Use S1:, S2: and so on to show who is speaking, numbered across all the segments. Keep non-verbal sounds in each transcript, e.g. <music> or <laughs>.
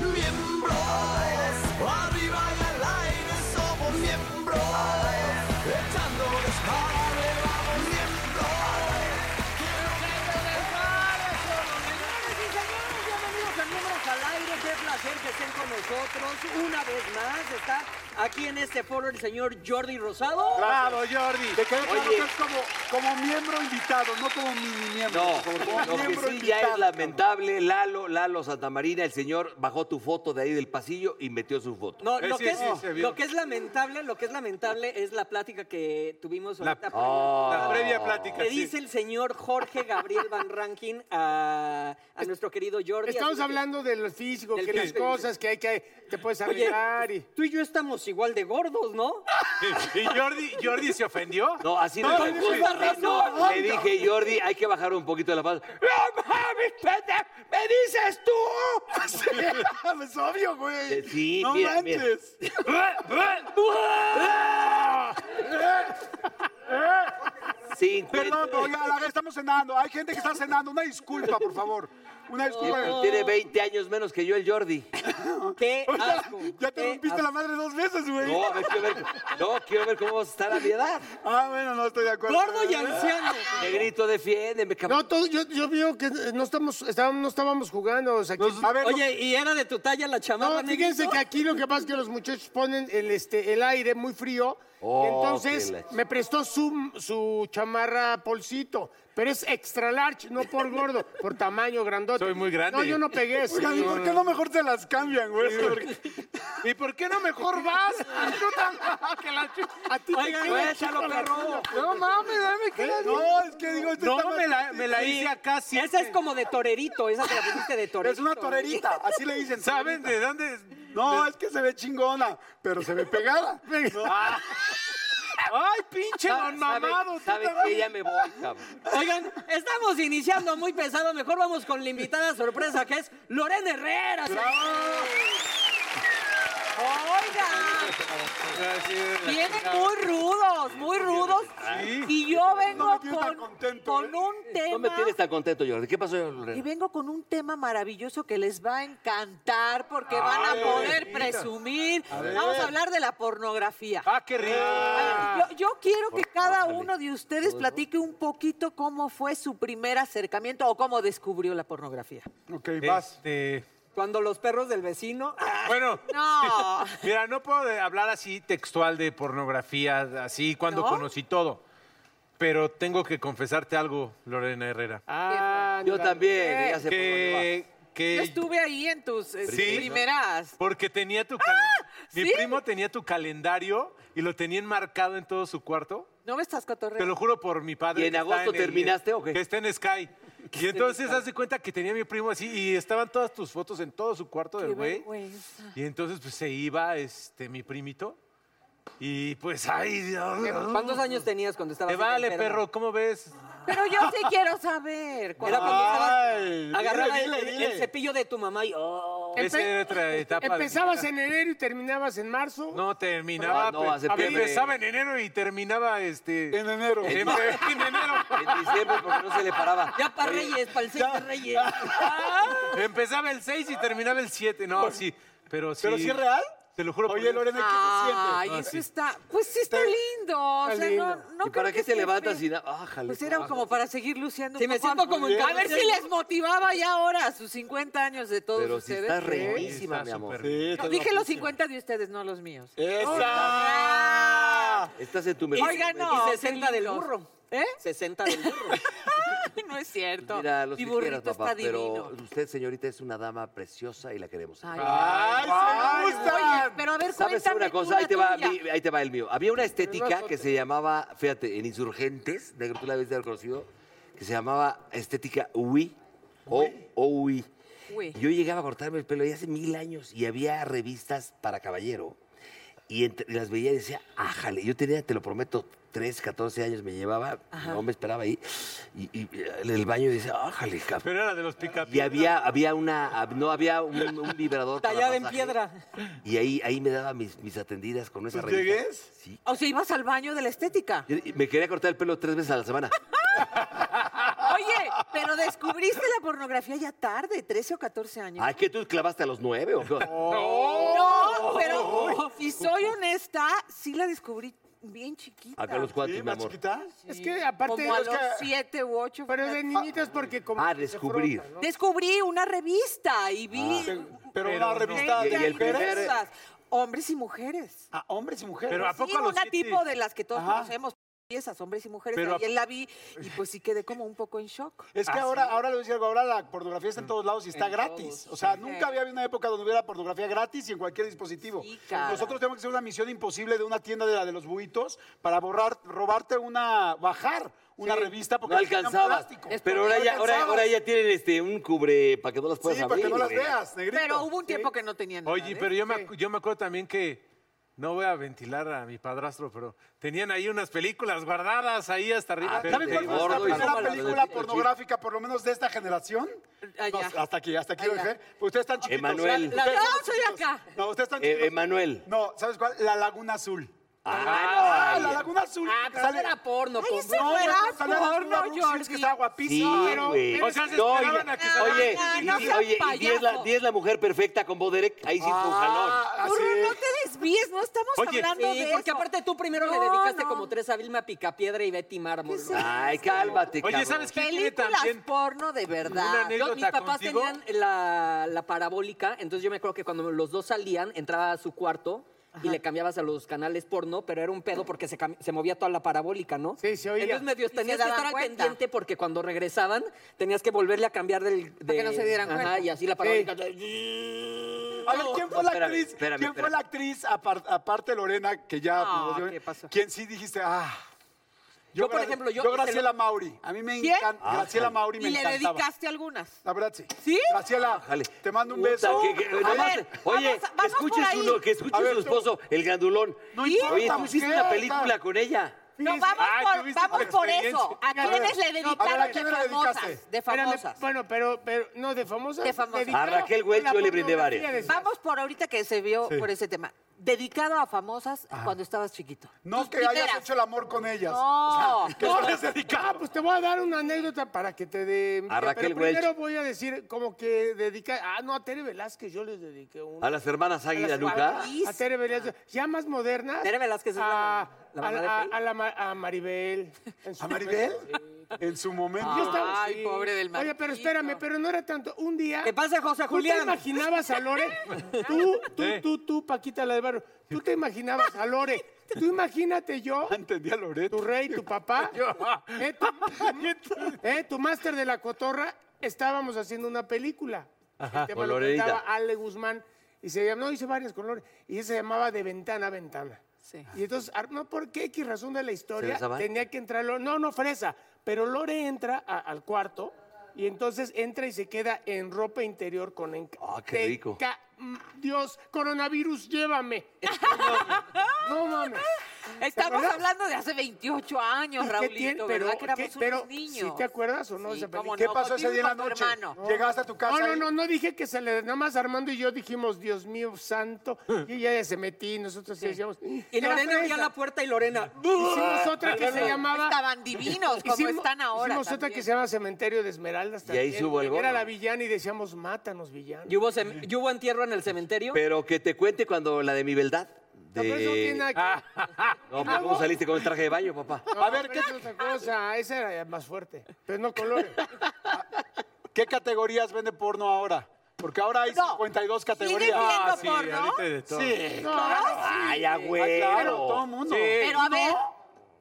S1: Miembros, arriba y al aire somos miembros, echando desmadre vamos
S2: Señores y señores, bienvenidos a Números al Aire. Qué placer que estén con nosotros. Una vez más está aquí en este foro el señor Jordi Rosado.
S3: Bravo, Jordi.
S4: Te queda claro
S2: Oye.
S4: que es como, como miembro invitado, no como mini miembro.
S3: <laughs> No,
S4: por favor,
S3: lo que
S4: miembro
S3: sí ya es
S4: invitado,
S3: lamentable, Lalo, Lalo Santamarina, el señor bajó tu foto de ahí del pasillo y metió su foto.
S2: No, lo,
S4: Eh, sí,
S2: que es,
S4: sí, se vio.
S2: lo que es lamentable, lo que es lamentable es la plática que tuvimos
S4: La-
S2: ahorita.
S3: Ah.
S4: La previa plática,
S2: Que
S4: sí.
S2: dice el señor Jorge Gabriel Van Rankin a, a nuestro querido Jordi.
S5: Estamos
S2: Así que-
S5: hablando de lo físico,
S2: Del
S5: que las
S2: físico.
S5: cosas que hay que te puedes
S2: Oye,
S5: arreglar y.
S2: tú y yo estamos igual de gordos, ¿no?
S4: cabrón.
S6: <laughs>
S3: No,
S4: ¿Y Jordi, Jordi se ofendió?
S3: así no.
S2: No, con justa
S3: Le-
S2: razón.
S3: Le dije, Jordi, hay que bajar un poquito la paz. ¡No
S4: ¡Ah,
S3: mames, pendejo! ¡Me dices tú!
S4: <laughs> es obvio, güey.
S3: Sí,
S4: no
S3: mira, mira.
S4: manches.
S3: Sí,
S4: Perdón, pero oiga, la- estamos cenando. Hay gente que está cenando. Una disculpa, por favor. Una disculpa.
S3: pues Tiene 20 años menos que yo el
S4: <laughs>
S3: Jordi. <laughs>
S2: ¡Qué asco!
S4: Ya te
S2: qué
S4: rompiste la madre dos veces, güey.
S3: No, a ver, quiero ver, no, quiero ver cómo vas a estar a mi edad.
S4: Ah, bueno, no estoy de acuerdo.
S2: Gordo y
S4: <laughs>
S2: anciano.
S3: Negrito, defiéndeme, cabrón.
S5: No, todo, yo, yo veo que eh, no estamos, estábamos, no estábamos jugando. O sea, que-
S4: Nos- a ver,
S2: Oye, ¿y era de tu talla la chamarra?
S5: no, fíjense
S2: negrito?
S5: que aquí lo que pasa es que los muchachos ponen el, este, el aire muy frío.
S3: Oh,
S5: entonces
S3: qué la ch-
S5: me prestó su, su chamarra polcito, pero es extra large, no por gordo, por tamaño grandote.
S6: Soy muy grande.
S5: No, yo no pegué eso.
S4: oigan, ¿y ¿por qué no mejor se las cambian, güey? <laughs>
S6: ¿Y por qué no
S5: <laughs>
S6: mejor vas? Tú tan- que la chu-
S5: A ti
S2: Oigan,
S5: te queda
S2: güey, échalo,
S5: chica la
S2: perro. Eh,
S5: ropa.
S6: No mames, dame que la-
S4: No, es que digo, este
S6: No,
S4: está más-
S6: me la, me la
S2: Sí.
S6: hice acá siempre.
S2: Esa es como de torerito,
S4: <laughs>
S2: esa te la pusiste de torerito.
S4: Es una torerita, así le dicen.
S6: ¿Saben de dónde? es?
S4: No, es que se ve chingona, pero se ve pegada.
S6: Ah, ¡Ay, pinche don mamado! tú
S3: ¿Sabes
S6: también.
S3: qué? Ya me voy, cabrón.
S2: Oigan, estamos iniciando muy pesado. Mejor vamos con la invitada sorpresa que es Lorena Herrera. Oiga,
S6: Gracias.
S2: vienen muy rudos, muy rudos. Y yo
S4: Ah. No
S2: vengo
S4: me tienes tan
S2: con,
S4: contento,
S2: con
S4: ¿eh?
S2: un tema.
S3: No me tienes tan contento, Jordi. ¿Qué pasó,
S7: Y
S3: Lorena?
S7: vengo con un tema maravilloso que les va a encantar porque van a poder presumir. Vamos a hablar de la pornografía.
S6: ¡Ah, qué rico!
S7: A ver, yo, yo quiero que cada uno de ustedes platique un poquito cómo fue su primer acercamiento o cómo descubrió la pornografía.
S4: Ok, vas.
S6: Este,
S2: Cuando los perros del vecino.
S6: bueno,
S7: No.
S6: mira, no puedo de- hablar así textual de pornografía, así cuando
S7: ¿No?
S6: conocí todo. Pero tengo que confesarte algo, Lorena Herrera.
S7: Ah,
S3: Ah, Yo también, ya sé por dónde
S6: que, que
S7: Yo estuve ahí en tus eh,
S6: Sí.
S7: primeras. ¡Ah!
S6: Porque tenía tu calendario. Mi
S7: ¿sí?
S6: primo tenía tu calendario y lo tenía enmarcado en todo su cuarto.
S7: ¿No me estás
S6: Te lo
S7: cotorreando?
S6: juro por mi padre.
S3: ¿Y en
S6: que está
S3: agosto
S6: el-
S3: terminaste o qué?
S6: Que está
S3: <laughs>
S6: en Sky. Y entonces hace cuenta que tenía mi primo así y estaban todas tus fotos en todo su cuarto del güey.
S7: vergüenza.
S6: Y entonces pues se iba este mi primito y pues ay Dios.
S2: ¿Cuántos años tenías cuando estabas
S6: Te vale,
S2: enfermo?
S6: perro, ¿cómo ves?
S7: Pero yo sí quiero saber.
S2: Era
S7: cuando-
S2: cuando
S4: Ay,
S2: estabas agarraba
S4: dile,
S2: el,
S4: dile, dile.
S2: el cepillo de tu mamá y. oh.
S7: <laughs>
S5: Empe-
S6: Esa era otra etapa. de mi
S5: Empezabas
S6: vida.
S5: en enero y terminabas en marzo.
S6: No, terminaba.
S3: Ah, no,
S6: pe-
S3: hace
S6: a-
S3: pene.
S6: empezaba en enero y terminaba este.
S4: En enero.
S6: en fe- <laughs> en enero.
S3: va. En diciembre porque no se le paraba.
S2: Ya para Reyes, para el seis de Reyes.
S6: Empezaba el 6 y terminaba el 7. No, sí, pero sí.
S4: ¿Pero sí es real?
S6: Te lo juro.
S4: Oye,
S6: por Dios.
S4: Lorena,
S6: Ah,
S4: ¿qué se siente?
S7: Ay, eso está. Pues sí está lindo. O sea, no, no
S3: ¿Y para
S7: creo que
S3: qué te
S7: esté
S3: levantas
S7: feo.
S3: y nada?
S2: Ah,
S3: Ájale.
S7: Pues era como para seguir luciendo.
S2: Sí,
S7: un
S2: me
S7: poco.
S2: siento como en
S7: A ver
S2: casa.
S7: si les motivaba ya ahora a sus 50 años de todos
S3: Pero si
S7: ustedes.
S3: estás
S7: ¿eh?
S3: reinísima, mi amor.
S4: Sí,
S7: No,
S4: está
S7: Dije los
S4: guapísima.
S7: 50 de ustedes, no los míos.
S4: ¡Esa!
S3: Estás en tu
S2: Y-
S3: mejor.
S7: Oigan,
S3: momento.
S7: no,
S2: Y
S7: qué
S2: 60 del
S7: lindos.
S2: burro.
S7: ¿Eh?
S2: 60 del
S7: <laughs>
S2: burro.
S7: No es cierto.
S3: Mira, los
S7: Mi
S3: que quieras,
S7: burrito
S3: papá,
S7: está divino.
S3: pero usted, señorita, es una dama preciosa y la queremos.
S7: Ay,
S4: ¡Ay, se me
S7: Oye,
S4: gustan!
S7: pero a ver,
S3: ¿Sabes
S7: cuéntame
S3: una
S7: tú
S3: cosa? Ahí
S7: la
S3: te, va,
S7: tuya.
S3: mi- ahí te va el mío. Había una estética que se llamaba, fíjate, en Insurgentes, negro, tú la habías de haber conocido, que se llamaba estética UI o OUI.
S7: Uy.
S3: Yo llegaba a cortarme el pelo ya hace mil años y había revistas para caballero. Y entre- y las veía y decía, ájale, yo tenía, te lo prometo, 3, 14 años me llevaba, no me esperaba ahí. Y, y en el baño decía, ájale, cabrón.
S6: Pero era de los pica
S3: Y había, había una, hab- no había un, un vibrador. para
S2: Tallada en
S3: masaje.
S2: piedra.
S3: Y ahí, ahí me daba mis, mis atendidas con esa
S6: ¿Pues
S4: ¿Tus
S3: revista.
S4: llegues?
S3: Sí.
S7: O sea, ibas al baño de la estética.
S4: <laughs>
S3: Y- y Me quería cortar el pelo tres veces a la semana.
S7: Oye, pero descubriste la pornografía ya tarde, 13 o 14 años.
S3: Ay, que tú clavaste a los nueve o qué?
S7: No, pero Pues, si soy honesta, sí la descubrí bien chiquita.
S3: Acá los cuatro,
S4: ¿Sí,
S3: mi
S4: más
S3: amor.
S4: chiquita?
S5: Es que aparte
S7: como a
S5: es que-
S7: los siete u ocho.
S5: Pero de niñitas porque como
S3: Ah,
S5: que se
S3: descubrir. Ah.
S5: frotan, ¿no?
S7: Descubrí una revista y vi
S4: Pero una revista
S3: Y- y el
S4: de
S3: primer-
S4: mujeres.
S7: cosas, hombres y mujeres.
S5: Ah,
S4: A hombres y mujeres.
S6: Pero a
S7: Sí,
S6: poco a los
S7: una
S6: siete-
S7: tipo de las que todos
S4: Ajá.
S7: conocemos, piezas, hombres y mujeres.
S6: Pero a-
S7: y él la vi y pues sí quedé como un poco en shock.
S4: Es
S5: Ah,
S3: ¿Ah,
S4: que ahora, ahora le voy a decir algo, ahora la
S3: Mm.
S4: pornografía está en todos lados y está gratis. O sea, nunca había habido una época donde hubiera pornografía gratis y en cualquier dispositivo.
S7: Sí, cara.
S4: Nosotros tenemos que hacer una misión imposible de una tienda de la de los buitos para borrar, robarte una, bajar una revista porque
S3: No
S4: tenían
S3: alcanzabas.
S4: plástico.
S3: Pero ahora
S4: No
S3: ya, ahora,
S4: alcanzabas.
S3: ahora ya tienen este, un cubre para que no las puedas
S4: Sí, para
S3: abrir.
S4: que no las
S3: güey.
S4: veas, negrito.
S7: Pero hubo un tiempo que no tenía nada.
S6: Oye,
S7: ¿eh?
S6: pero yo, me, acu- yo me acuerdo también que, no voy a ventilar a mi padrastro, pero tenían ahí unas películas guardadas ahí hasta arriba.
S3: Ah, pero
S4: ¿Saben
S3: de
S4: cuál fue nuestra
S3: gordo y
S4: primera
S3: de- Ah,
S4: película
S3: de-
S4: pornográfica, por lo menos de esta generación?
S7: Allá.
S4: No, hasta aquí, hasta aquí lo
S7: Allá.
S4: dejé. Pues ustedes están chiquitos.
S3: Emanuel.
S4: Ustedes
S7: No,
S4: están
S7: soy
S4: chiquitos.
S7: acá.
S4: No, ustedes están
S3: Eh,
S4: chiquitos.
S3: Emanuel.
S4: No, ¿sabes cuál? La Laguna Azul.
S3: Ah,
S4: la Laguna Azul.
S2: Ah, pero
S4: Sale-
S2: eso era porno.
S7: Ay,
S2: con-
S7: eso
S4: No,
S7: fuera
S4: no, sale la
S7: porno,
S4: Laguna Brooks, sí, es que
S7: Jordi.
S4: está
S3: Sí,
S4: guapísima. pero
S3: güey.
S6: o sea, se
S3: No,
S6: esperaban
S3: y-
S6: a que
S7: se-
S3: Oye,
S7: Ah,
S3: y-
S7: no
S3: y-
S7: seas
S3: oye, y 10 la,
S7: payaso.
S3: di es la mujer perfecta con Boderek, ahí sí fue un jalón.
S4: Ah,
S7: Burro,
S4: sí.
S7: no te desvíes, no estamos
S6: Oye,
S7: hablando
S2: Sí,
S7: de
S2: porque
S7: eso.
S2: aparte tú primero le
S7: No,
S2: dedicaste
S7: no.
S2: como tres a Vilma Picapiedra y Betty Mármol.
S7: es eso?
S3: Ay, cálmate,
S6: Oye,
S3: cabrón.
S6: ¿sabes qué tiene
S7: películas
S6: también?
S7: porno de
S6: Una
S7: verdad.
S6: anécdota
S2: Yo- mis papás
S6: contigo.
S2: tenían la, la parabólica, entonces yo me acuerdo que cuando los dos salían, entraba a su cuarto y le cambiabas a los canales porno, pero era un pedo porque se, cam- se movía toda la parabólica, ¿no?
S5: Sí, se oía.
S2: Entonces medio
S7: Y se
S2: tenías que
S7: daban
S2: estar al
S7: cuenta.
S2: pendiente porque cuando regresaban tenías que volverle a cambiar del... De...
S7: que no se dieran
S2: Ajá,
S7: cuenta.
S2: y así la parabólica...
S4: A ver, ¿quién fue
S3: No,
S4: la
S3: espérame,
S4: actriz?
S3: espérame,
S4: ¿Quién fue
S3: espérame.
S4: la actriz, apar- aparte Lorena, que ya...
S7: Ah,
S4: pues, yo-
S7: ¿qué pasó?
S4: ¿Quién sí dijiste, ah...
S2: Yo, por
S4: Gra-
S2: ejemplo, yo-
S4: Yo Graciela Mauri. A mí me
S7: ¿Quién?
S3: Ah,
S4: encanta. Graciela Ah, Mauri
S7: Y
S4: me
S7: le
S4: encantaba.
S7: dedicaste algunas.
S4: La verdad, sí.
S7: ¿Sí?
S4: Graciela,
S3: Ájale.
S4: te mando un
S3: Puta,
S4: beso. Ah,
S3: que- que- nada más-
S7: ver,
S3: oye,
S7: vamos- vamos
S3: escuches
S7: por ahí.
S3: uno, que escuche
S4: A ver,
S3: su
S4: tú.
S3: esposo, el grandulón.
S4: No
S3: Oye,
S4: importa,
S3: tú hiciste
S4: mujer,
S3: una película
S4: tal.
S3: con ella.
S7: No, vamos
S6: Ay,
S7: por,
S6: tuviste
S7: vamos
S6: una
S7: por
S6: experiencia.
S7: eso. ¿A quiénes le
S4: A ver, ¿a
S7: dedicaron
S4: quién
S7: de
S4: le
S7: famosas?
S4: dedicaste?
S7: De
S5: Espérame,
S7: famosas.
S5: bueno, pero, pero no, de famosas.
S7: De famosas.
S5: dedicado
S3: A Raquel Welch,
S5: la
S3: yo le brindé
S5: pornografía
S3: varias.
S5: de-
S7: Vamos por ahorita que se vio por ese tema. Dedicado a famosas cuando estabas chiquito.
S4: No
S7: Tus
S4: que hayas
S7: primeras.
S4: hecho el amor con ellas.
S7: No.
S4: O sea, que no les dedicaba.
S5: Ah, pues te voy a dar una anécdota para que te dé.
S3: A Raquel
S5: Pero primero
S3: Welch.
S5: voy a decir como que dedica. Ah, no, a Tere Velázquez yo les dediqué una.
S3: A las hermanas Águila Luca.
S5: A Tere Velázquez. Ya más modernas.
S2: Tere Velázquez es la-
S5: a,
S2: la mamá
S5: a-
S2: de
S5: a-
S2: Fey.
S5: a la ma- a Maribel. En su
S4: ¿A Maribel? En su momento.
S5: Yo estaba-
S7: Ay, pobre del
S5: Oye, pero
S7: Marquito.
S5: espérame, pero no era tanto. Un día.
S2: ¿Qué pasa, José
S5: ¿Tú te
S2: Julián?
S5: imaginabas a Lore? Tú, tú,
S6: ¿Eh?
S5: tú, tú, Paquita la del barrio. Tú te imaginabas a Lore. Tú imagínate yo,
S4: <laughs> Entendí a Loreto.
S5: tu rey, tu
S4: <laughs>
S5: papá. ¿eh? tu, eh, tu máster de la cotorra. Estábamos haciendo una película. El tema
S3: con
S5: lo
S3: Lorenita.
S5: cantaba Ale Guzmán. Y se llamó, no, hice varias con Lore. Y se llamaba De Ventana a Ventana.
S7: Sí.
S5: Y entonces, ar- no, ¿por qué? X razón de la historia.
S3: ¿Fresa va?
S5: Tenía que entrar Lore. No, no, fresa. Pero Lore entra a- al cuarto y entonces entra y se queda en ropa interior con enca.
S3: Ah, qué
S5: te
S3: rico.
S7: <laughs>
S5: ca- mm, Dios, coronavirus, llévame. No mames.
S7: Estamos
S5: acuerdas?
S7: hablando de hace 28 años,
S4: Pues,
S5: ¿Y qué
S7: Raulito,
S5: tiene? Pero,
S7: ¿verdad? Que éramos
S5: ¿qué?
S7: unos
S5: Pero,
S7: niños.
S5: ¿sí te acuerdas o no
S7: Sí,
S5: esa
S7: cómo
S5: película?
S4: ¿Qué
S7: no,
S4: pasó ese
S7: contigo
S4: día en la
S7: y con tu
S4: noche?
S7: hermano.
S4: Llegaste a tu casa.
S5: No, no,
S4: y-
S5: no, no dije que se le... Nada más Armando y yo dijimos, Dios mío, santo. Y ella se metí y nosotros decíamos...
S2: Y Lorena abría
S5: había
S2: la puerta y Lorena.
S5: Hicimos otra que
S7: <laughs>
S5: se llamaba...
S7: Estaban divinos como
S5: Hicimos-
S7: están ahora.
S5: Hicimos otra
S7: también.
S5: que se llama Cementerio de Esmeraldas
S3: Y ahí
S5: también,
S3: sí hubo el
S5: Era
S3: gordo.
S5: la villana y decíamos, mátanos, villano.
S2: ¿Y hubo, sem- y hubo entierro en el cementerio?
S3: Pero que te cuente cuando la de mi beldad.
S5: No, pero eso no tiene
S3: De...
S5: nada que ver.
S3: No, pues, ¿cómo saliste con el traje de baño, papá?
S5: No, a ver, ¿qué es otra cosa? Esa era más fuerte. Pero no colores.
S4: ¿Qué categorías vende porno ahora? Porque ahora hay
S7: No.
S4: 52
S7: Sigue
S4: categorías.
S7: siendo
S6: Ah, sí,
S7: porno.
S6: ahorita hay de todo. Ah,
S4: Sí.
S3: Ay,
S7: Ah,
S3: güey.
S4: Claro, todo el mundo.
S7: Pero a ver,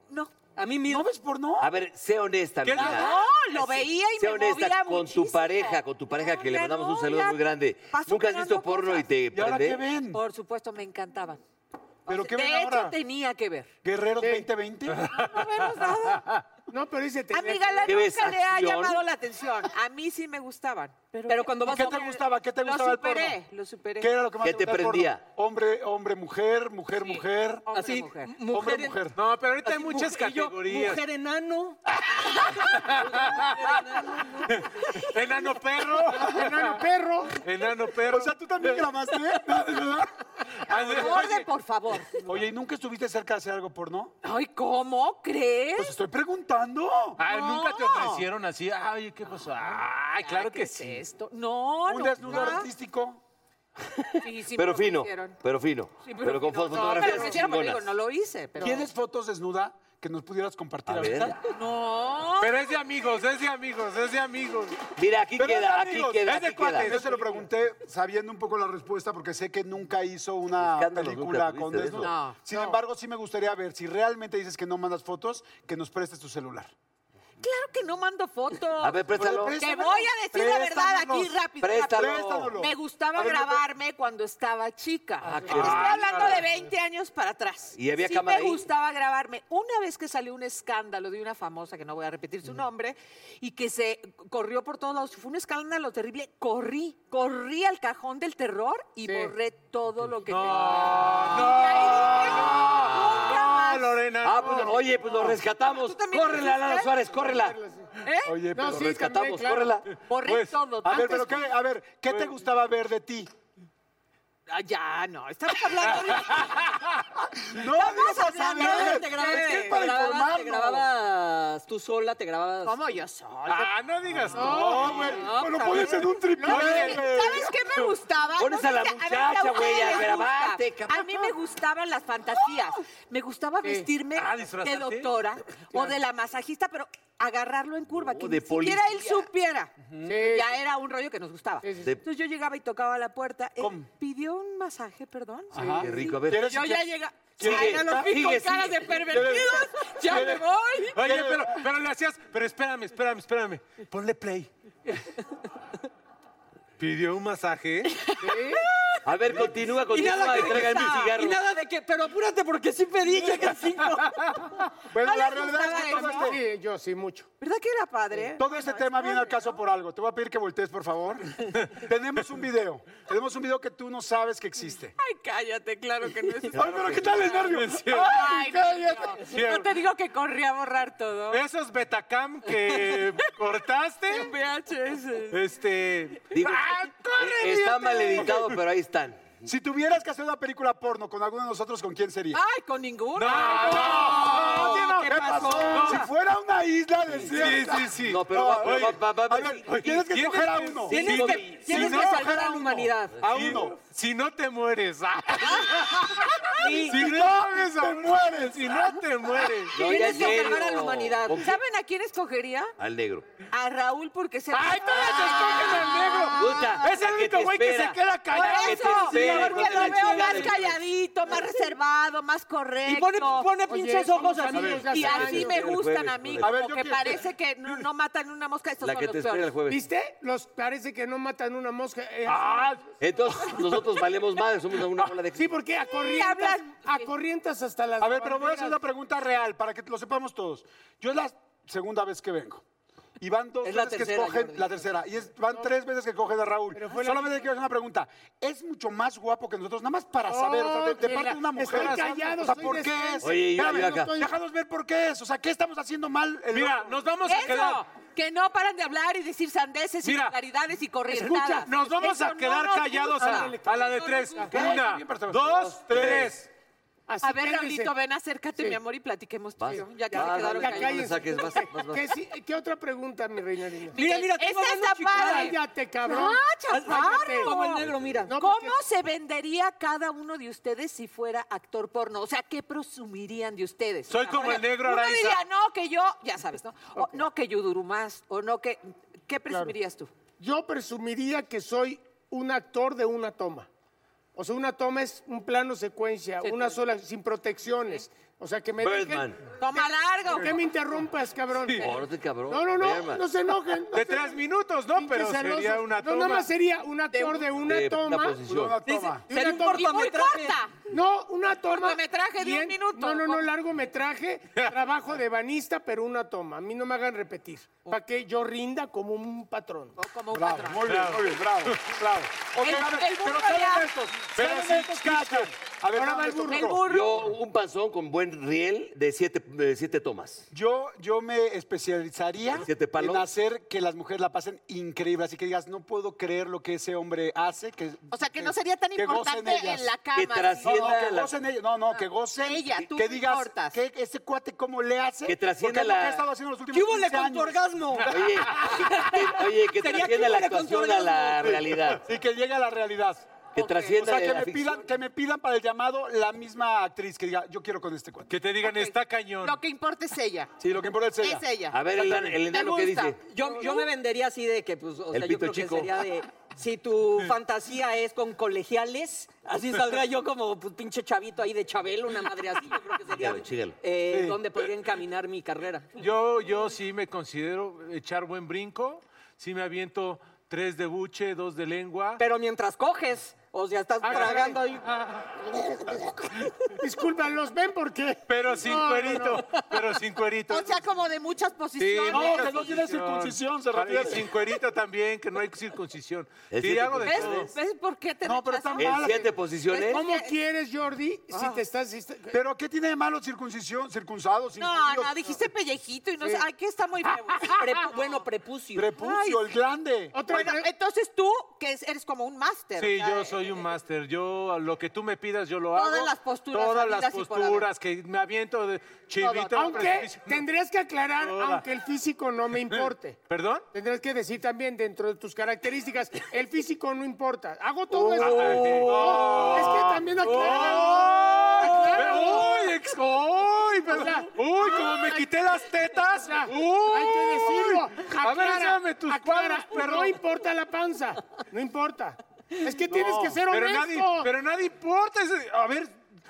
S7: no.
S2: A mí mismo.
S4: ¿No ves porno?
S3: A ver, sé honesta,
S6: ¿Qué es
S3: Lorena.
S6: la-
S7: No, lo veía y
S3: Sé
S7: me
S3: honesta
S7: movía
S3: con tu
S7: muchísimo.
S3: pareja, con tu pareja
S7: No,
S3: que le
S7: ya
S3: mandamos un
S7: no,
S3: saludo
S7: ya
S3: muy grande.
S7: pasó
S3: ¿Nunca has
S7: creando
S3: visto porno
S7: cosas.
S3: y te
S4: ¿Y ahora qué
S3: prende?
S4: ven?
S7: Por supuesto, me encantaba.
S4: ¿Pero qué ven
S7: de hecho,
S4: ahora?
S7: tenía que ver.
S4: ¿Guerreros
S5: Sí.
S4: 2020?
S7: No menos nada.
S5: No, pero dice...
S7: A mi galán
S3: ¿Qué
S7: nunca
S3: ves,
S7: le ha
S3: acción?
S7: llamado la atención. A mí sí me gustaban. Pero,
S2: Pero cuando vas
S4: ¿Qué
S2: a...
S4: te gustaba? ¿Qué te gustaba
S7: lo
S4: el porno?
S7: superé, lo superé.
S4: ¿Qué era lo que más
S3: ¿Qué te
S4: gustaba del porno?
S3: prendía?
S4: Hombre, hombre, mujer, mujer, mujer.
S7: Hombre,
S2: Así,
S7: mujer.
S4: Hombre,
S2: en-
S4: mujer.
S6: No, pero ahorita hay
S2: así,
S6: muchas
S2: mujer- y yo,
S6: categorías.
S2: mujer enano.
S6: <laughs> Enano perro.
S5: Enano perro.
S6: Enano perro.
S4: O sea, ¿tú
S6: <laughs>
S4: también grabaste? No, de verdad.
S6: Ah, de-
S7: Orden, por favor.
S4: Oye, ¿y nunca estuviste cerca de hacer algo porno?
S7: Ay, ¿cómo
S4: Pues
S7: crees?
S4: estoy preguntando.
S6: Ah, nunca te
S7: No.
S6: ofrecieron así. Ay, ¿qué pasó?
S3: Ah,
S4: Ah,
S6: Ay, claro
S7: Ay, ¿qué
S6: que
S7: es
S6: sí.
S7: esto? No,
S4: ¿Un
S7: no.
S4: desnudo artístico?
S7: Sí, sí me
S3: Pero
S7: lo
S3: fino,
S7: hicieron.
S3: pero fino.
S7: Sí,
S3: pero, con
S7: fino.
S3: fo-
S7: No, pero
S3: fotografías
S7: me hicieron, pero digo,
S3: chingonas.
S7: no lo hice. Pero...
S4: ¿Tienes fotos desnuda que nos pudieras compartir
S3: A ver.
S4: ahorita?
S7: No.
S6: Pero es de amigos, es de amigos, es de amigos.
S3: Mira, aquí
S4: Pero es de
S3: queda, aquí
S4: amigos,
S3: queda,
S4: es de
S3: aquí queda.
S4: cuates. Yo se lo pregunté sabiendo un poco la respuesta porque sé que nunca hizo una
S3: Escándalos nunca
S4: película
S3: tuviste
S4: con
S3: de
S4: desnudo.
S3: eso.
S7: No,
S4: Sin embargo, sí me gustaría ver si realmente dices que no mandas fotos, que nos prestes tu celular.
S7: Claro que no mando fotos.
S3: A ver, préstalo.
S4: Pero
S7: Te
S4: préstamelo.
S7: voy a decir la verdad aquí
S4: Préstamelo.
S7: rápido.
S3: Préstalo.
S7: rápido. Me gustaba
S4: A ver,
S7: grabarme cuando estaba chica.
S3: Ah, qué
S7: Estoy
S3: bárbaro.
S7: hablando de 20 años para atrás.
S3: ¿Y había
S7: sí
S3: cámara
S7: me
S3: ahí?
S7: gustaba grabarme. Una vez que salió un escándalo de una famosa, que no voy a repetir
S3: Mm.
S7: su nombre, y que se corrió por todos lados. Fue un escándalo terrible. Corrí, corrí al cajón del terror y borré todo lo que tenía. Y ahí dije, nunca más.
S6: Lorena.
S3: Ah, pues, oye, pues lo rescatamos.
S7: ¿Tú también
S3: Córrela, Lalo
S7: quisiste?
S3: Suárez, córrela.
S7: ¿Eh?
S4: Oye,
S3: Lo
S5: No, sí,
S4: pero...
S5: también,
S3: rescatamos,
S5: claro.
S3: córrela.
S7: Borré
S4: Pues,
S7: todo. pues,
S4: a ver,
S7: tantas
S4: pero ¿qué, a ver, ¿qué te gustaba ver de ti?
S7: Ah, ya, no, estamos hablando de...
S4: <laughs> No,
S7: Estamos
S4: digo,
S7: hablando
S4: para saber.
S7: de-
S2: Te grababas,
S4: Es que es para
S2: te grababas-
S4: informarnos.
S2: te grababas tú sola, te grababas...
S7: ¿Cómo yo sola?
S6: Ah, no digas no.
S4: No, güey, no, lo pones en un tripié,
S7: ¿Sabes
S4: güey.
S7: ¿sabes qué me gustaba?
S3: Pones a la
S7: sé si- ver,
S3: muchacha,
S7: ¿qué
S3: güey,
S7: ustedes
S3: a
S7: les
S3: grabarte,
S7: gusta?
S3: cabrón.
S7: A mí me gustaban las fantasías. Me gustaba vestirme
S6: Ah,
S7: de
S6: ¿disfrazarte?
S7: doctora o de la masajista, pero agarrarlo en curva,
S3: No,
S7: que
S3: de
S7: ni siquiera él supiera. Ya era un rollo que nos gustaba.
S3: sí.
S7: Entonces yo llegaba y tocaba la puerta. Él pidió un masaje, perdón.
S3: Ajá. Qué rico, a ver.
S4: ¿Quieres-
S7: Yo ya llegaba.
S3: Sigue,
S7: Ay, no los vi
S3: sigue,
S7: con
S3: sigue.
S7: caras de pervertidos. Ya me voy.
S6: Oye, pero, pero le hacías. Pero espérame, espérame, espérame. Ponle play. Pidió un masaje.
S3: A ver, continúa, continúa y tráiganme un cigarro.
S2: Y nada de que, pero apúrate porque sí pedí, llegan cinco.
S4: <laughs> Bueno,
S7: No
S4: la
S7: les
S4: realidad es que
S7: gustaba
S4: todo
S7: eso.
S4: este,
S5: Sí, yo sí, mucho.
S7: ¿Verdad que era padre?
S4: todo este tema viene al caso por algo. Te voy a pedir que voltees,
S7: <laughs>
S4: por favor. tenemos un video. Tenemos un video que tú no sabes que existe.
S7: Ay, cállate, claro que no es
S4: Ay, pero ¿qué tal el nervio?
S7: Ay, no,
S4: cállate.
S7: no. No te digo que corrí a borrar todo.
S6: Esos betacam que cortaste.
S7: En VHS.
S6: Este.
S3: Digo,
S6: ¡Ah, corre,
S3: Eh, está
S6: idiota!
S3: mal editado, pero ahí están.
S4: Si tuvieras que hacer una película porno con alguno de nosotros, ¿con quién sería?
S7: Ay, con ninguno.
S6: ¡No, no!
S4: Oye, no,
S7: ¿qué
S4: ¿qué
S7: pasó?
S4: pasó? Si fuera una isla
S6: Sí,
S4: desierta.
S6: sí, sí.
S3: No, pero va,
S4: oye,
S3: va, va, va,
S4: a ver, tienes que
S6: tienes
S4: escoger a
S6: que-
S4: uno.
S2: Tienes
S6: Sí,
S2: que,
S6: sí,
S2: tienes
S4: no,
S2: que salvar
S4: ojalá
S2: a la
S4: uno.
S2: humanidad.
S4: A
S6: Si-
S4: uno.
S6: Si no te mueres. ¡Ah!
S4: Si no, te mueres.
S6: Si no te mueres.
S3: No, ya
S2: Tienes
S3: en
S2: que
S3: serio.
S2: salvar a la humanidad.
S3: Ok,
S7: ¿Saben a quién escogería?
S3: Al negro.
S7: A Raúl porque se...
S6: ¡Ay, todas escogen al
S7: Ah.
S6: negro!
S3: Puta,
S6: Es el
S3: la
S6: único
S3: te
S6: güey que
S3: espera.
S6: se queda
S7: Por
S6: callado.
S3: que te
S7: eso,
S3: espere,
S7: porque
S3: hijo de
S7: lo
S3: la
S7: veo
S3: chingada.
S7: más calladito, más reservado, más correcto.
S2: Y pone, pone
S5: Oye,
S2: pinches
S5: somos
S2: ojos así.
S5: amigos de hace
S7: Y así
S5: años.
S7: me gustan
S3: jueves,
S7: a mí,
S3: el
S4: jueves. A
S7: como
S4: ver, yo
S7: que
S4: quiero-
S7: parece que no, no matan una mosca, estos
S3: La
S7: son
S3: que
S7: los
S3: te espera el
S7: peores.
S3: jueves.
S5: ¿Viste? Los, parece que no matan una mosca. eh,
S6: Ah,
S3: Entonces, nosotros valemos madre, somos una bola de...
S5: Sí, porque a corrientas,
S7: hablan-
S5: a corrientas hasta las
S4: A ver, pero voy a hacer
S5: banderas.
S4: una pregunta real para que lo sepamos todos. Yo es la segunda vez que vengo. Y van dos
S2: Es la
S4: veces que
S2: tercera,
S4: escogen
S2: Jordi.
S4: la tercera. Y es- van tres veces que cogen a Raúl.
S5: Pero fue la-
S4: Solamente quiero hacer una pregunta. Es mucho más guapo que nosotros, nada más para saber, o sea, de, de
S5: Oye,
S4: parte de una
S5: Oh, la-
S4: mujer.
S5: estoy callado,
S4: o sea,
S5: soy
S4: ¿por qué
S5: decente.
S4: es?
S3: Oye, yo-
S4: Espérame,
S3: yo acá.
S4: no estoy- Déjanos ver por qué es. O sea, ¿qué estamos haciendo mal? El
S6: Mira,
S4: otro?
S6: nos vamos a
S7: ¡Eso!
S6: quedar.
S7: Que no paran de hablar y decir sandeces y
S6: Mira,
S7: vulgaridades y
S6: Escucha,
S7: corrientadas.
S6: nos vamos
S7: Eso
S6: a
S7: no
S6: quedar
S7: nos
S6: callados
S7: gusta.
S6: a, a la de
S7: No nos
S6: tres.
S7: gusta.
S6: Una,
S4: bien, perfecto.
S6: dos, tres.
S5: Así
S7: A ver,
S5: quédense.
S7: Raulito, ven, acércate,
S5: Sí.
S7: mi amor, y platiquemos tú
S3: Vas.
S7: y yo, Ya que
S3: Vas,
S7: se
S3: dale,
S7: quedaron
S3: ya
S7: callados.
S3: cállate. saques, vas, vas,
S5: <laughs>
S3: vas.
S5: ¿Qué, sí- qué otra pregunta, mi reina linda?
S7: Mira, mira, tengo
S2: Esa es
S7: menos
S2: la
S7: chiquita.
S2: padre.
S5: Cállate, cabrón.
S7: ¡Ah,
S5: Cállate.
S7: chaparro!
S2: Como el negro, mira.
S5: No,
S7: ¿Cómo
S5: porque-
S7: se vendería cada uno de ustedes si fuera actor porno? O sea, ¿qué presumirían de ustedes?
S6: Soy
S7: Ah,
S6: como
S7: por
S6: el
S7: ejemplo,
S6: negro
S7: uno
S6: Araiza.
S7: diría, no, que yo, ya sabes, ¿no? O, no, que yo duro más, o no, que... ¿Qué presumirías tú?
S5: Yo presumiría que soy un actor de una toma. O sea, una toma es un plano secuencia, una sola, sin protecciones. O sea, que me dejen-
S3: Birdman.
S7: Toma largo.
S5: ¿Por qué me interrumpas, cabrón?
S3: Órale, cabrón.
S5: No, no, no,
S3: Birdman.
S5: no se enojen. no
S6: De
S5: se
S6: tres
S5: enojen.
S6: minutos, ¿no?
S5: Pinches
S6: Pero sería
S5: celosos.
S6: una
S5: No, nada
S6: toma.
S5: más sería un actor de una
S3: De
S5: toma.
S3: una posición.
S4: Una toma.
S5: de una
S2: Sería un
S5: toma-
S7: Y muy
S2: cortometraje.
S7: corta.
S5: No, una toma.
S7: Cortometraje de
S5: bien-
S7: un minuto.
S5: No, no, no,
S4: <laughs>
S5: largometraje. trabajo de banista, pero una toma. A mí no me hagan repetir. Para que yo rinda como un patrón.
S7: O Oh. como un
S4: Bravo,
S7: patrón.
S4: muy bien, muy bien, bravo, bravo. Ok,
S7: El-
S4: a ver,
S7: el
S4: pero
S7: burro
S4: salen
S7: ya-
S4: estos,
S6: Pero
S4: salen
S6: sí,
S4: estos que dicen. A ver,
S5: Ahora va
S4: dame
S5: el
S4: esto,
S5: burro.
S7: El
S4: burro.
S7: burro.
S3: Yo, un panzón con buen riel de siete, de siete tomas.
S4: Yo, yo me especializaría
S3: Siete palos.
S4: en hacer que las mujeres la pasen increíble. Así que digas, no puedo creer lo que ese hombre hace. Que,
S7: O sea, que no sería tan
S4: que gocen
S7: importante
S4: ellas.
S7: en la cama.
S3: Que
S7: sí.
S4: No,
S3: trascienda
S4: no, que
S3: la-
S4: gocen ellas. No, no, que gocen.
S7: Ella, tú
S4: que
S7: no
S4: digas,
S7: importas.
S4: que este cuate cómo le hace.
S3: Que trascienda
S4: porque es lo
S3: la-
S4: que he estado haciendo los últimos
S2: ¿Qué hubo
S4: 15
S2: con tu
S4: años.
S2: orgasmo?
S3: <laughs> Oye, que, oye, que
S2: Sería
S3: trascienda la
S2: que con
S3: actuación a la realidad.
S4: Sí, que llegue a la realidad.
S3: Que
S4: O
S3: trascienda
S4: sea, que
S3: la
S4: me,
S3: ficción.
S4: pidan, que me pidan para el llamado la misma actriz que diga, yo quiero con este cuate.
S6: Que te digan, está cañón.
S7: Lo que importa es ella.
S4: Sí, lo que importa es ella.
S7: Es ella.
S3: A ver, el, el enano,
S7: Me
S3: ¿qué
S7: gusta.
S3: dice?
S2: Yo, yo me vendería así de que, pues, o
S3: El
S2: sea,
S3: pito
S2: yo creo
S3: chico.
S2: que sería de. Si
S4: <laughs>
S2: tu fantasía es con colegiales, así saldría yo como pues, pinche chavito ahí de Chabelo, una madre así. Yo creo que sería
S3: Chígalo, chígalo.
S2: eh, donde podría encaminar mi carrera.
S6: Yo, yo sí me considero echar buen brinco. Sí me aviento tres de buche, dos de lengua.
S2: Pero mientras coges, o sea, estás tragando ahí.
S5: Disculpa, los ven porque.
S6: Pero sin cuerito. Pero sin cuerito.
S7: O sea, como de muchas
S6: Sí,
S7: posiciones.
S5: ¿eh?
S6: mucha
S4: que no tiene circuncisión, se refiere.
S6: Y sin cuerito también, que no hay circuncisión.
S3: El
S6: Sí,
S3: siete
S6: hago de
S3: por
S6: todo.
S7: ¿Ves? ¿Ves por qué te
S4: No, pero está
S7: rechazan?
S3: En
S4: mal.
S3: siete posiciones.
S5: ¿Cómo quieres, Jordi, si te estás. si te-
S4: Pero ¿qué tiene de malo circuncisión, circuncado,
S7: No,
S4: circuncididos?
S7: no, dijiste pellejito y no sé. Ay, que está muy feo.
S2: Prepu- bueno, prepucio.
S4: Prepucio, el grande.
S5: Otra
S7: Bueno,
S5: pre-
S7: entonces tú, que es- eres como un máster.
S6: Sí,
S7: o sea, eh,
S6: yo soy un máster. Yo, a lo que tú me pidas, yo lo
S7: Todas
S6: hago.
S7: las posturas
S6: Todas las
S7: habidas y por haber.
S6: posturas, que me aviento de chivito.
S5: Aunque
S6: precipicio.
S5: tendrías que aclarar,
S6: Toda.
S5: aunque el físico no
S6: <laughs>
S5: me importe.
S6: ¿Perdón?
S5: Tendrás que decir también dentro de tus características, el físico no importa. Hago todo esto. No, es que también aclara.
S6: ¡Uy! ex- ¡Uy! pero-
S5: O sea,
S6: ¡Uy! Como me quité las tetas.
S5: Hay
S6: ¡Uy!
S5: que decirlo.
S6: A ver,
S5: Aclara,
S6: enséñame tus
S5: aclara.
S6: cuadros, perro.
S5: No importa la panza. No importa. Es que tienes que ser honesto.
S6: Pero nadie, pero nadie importa. ese- A ver,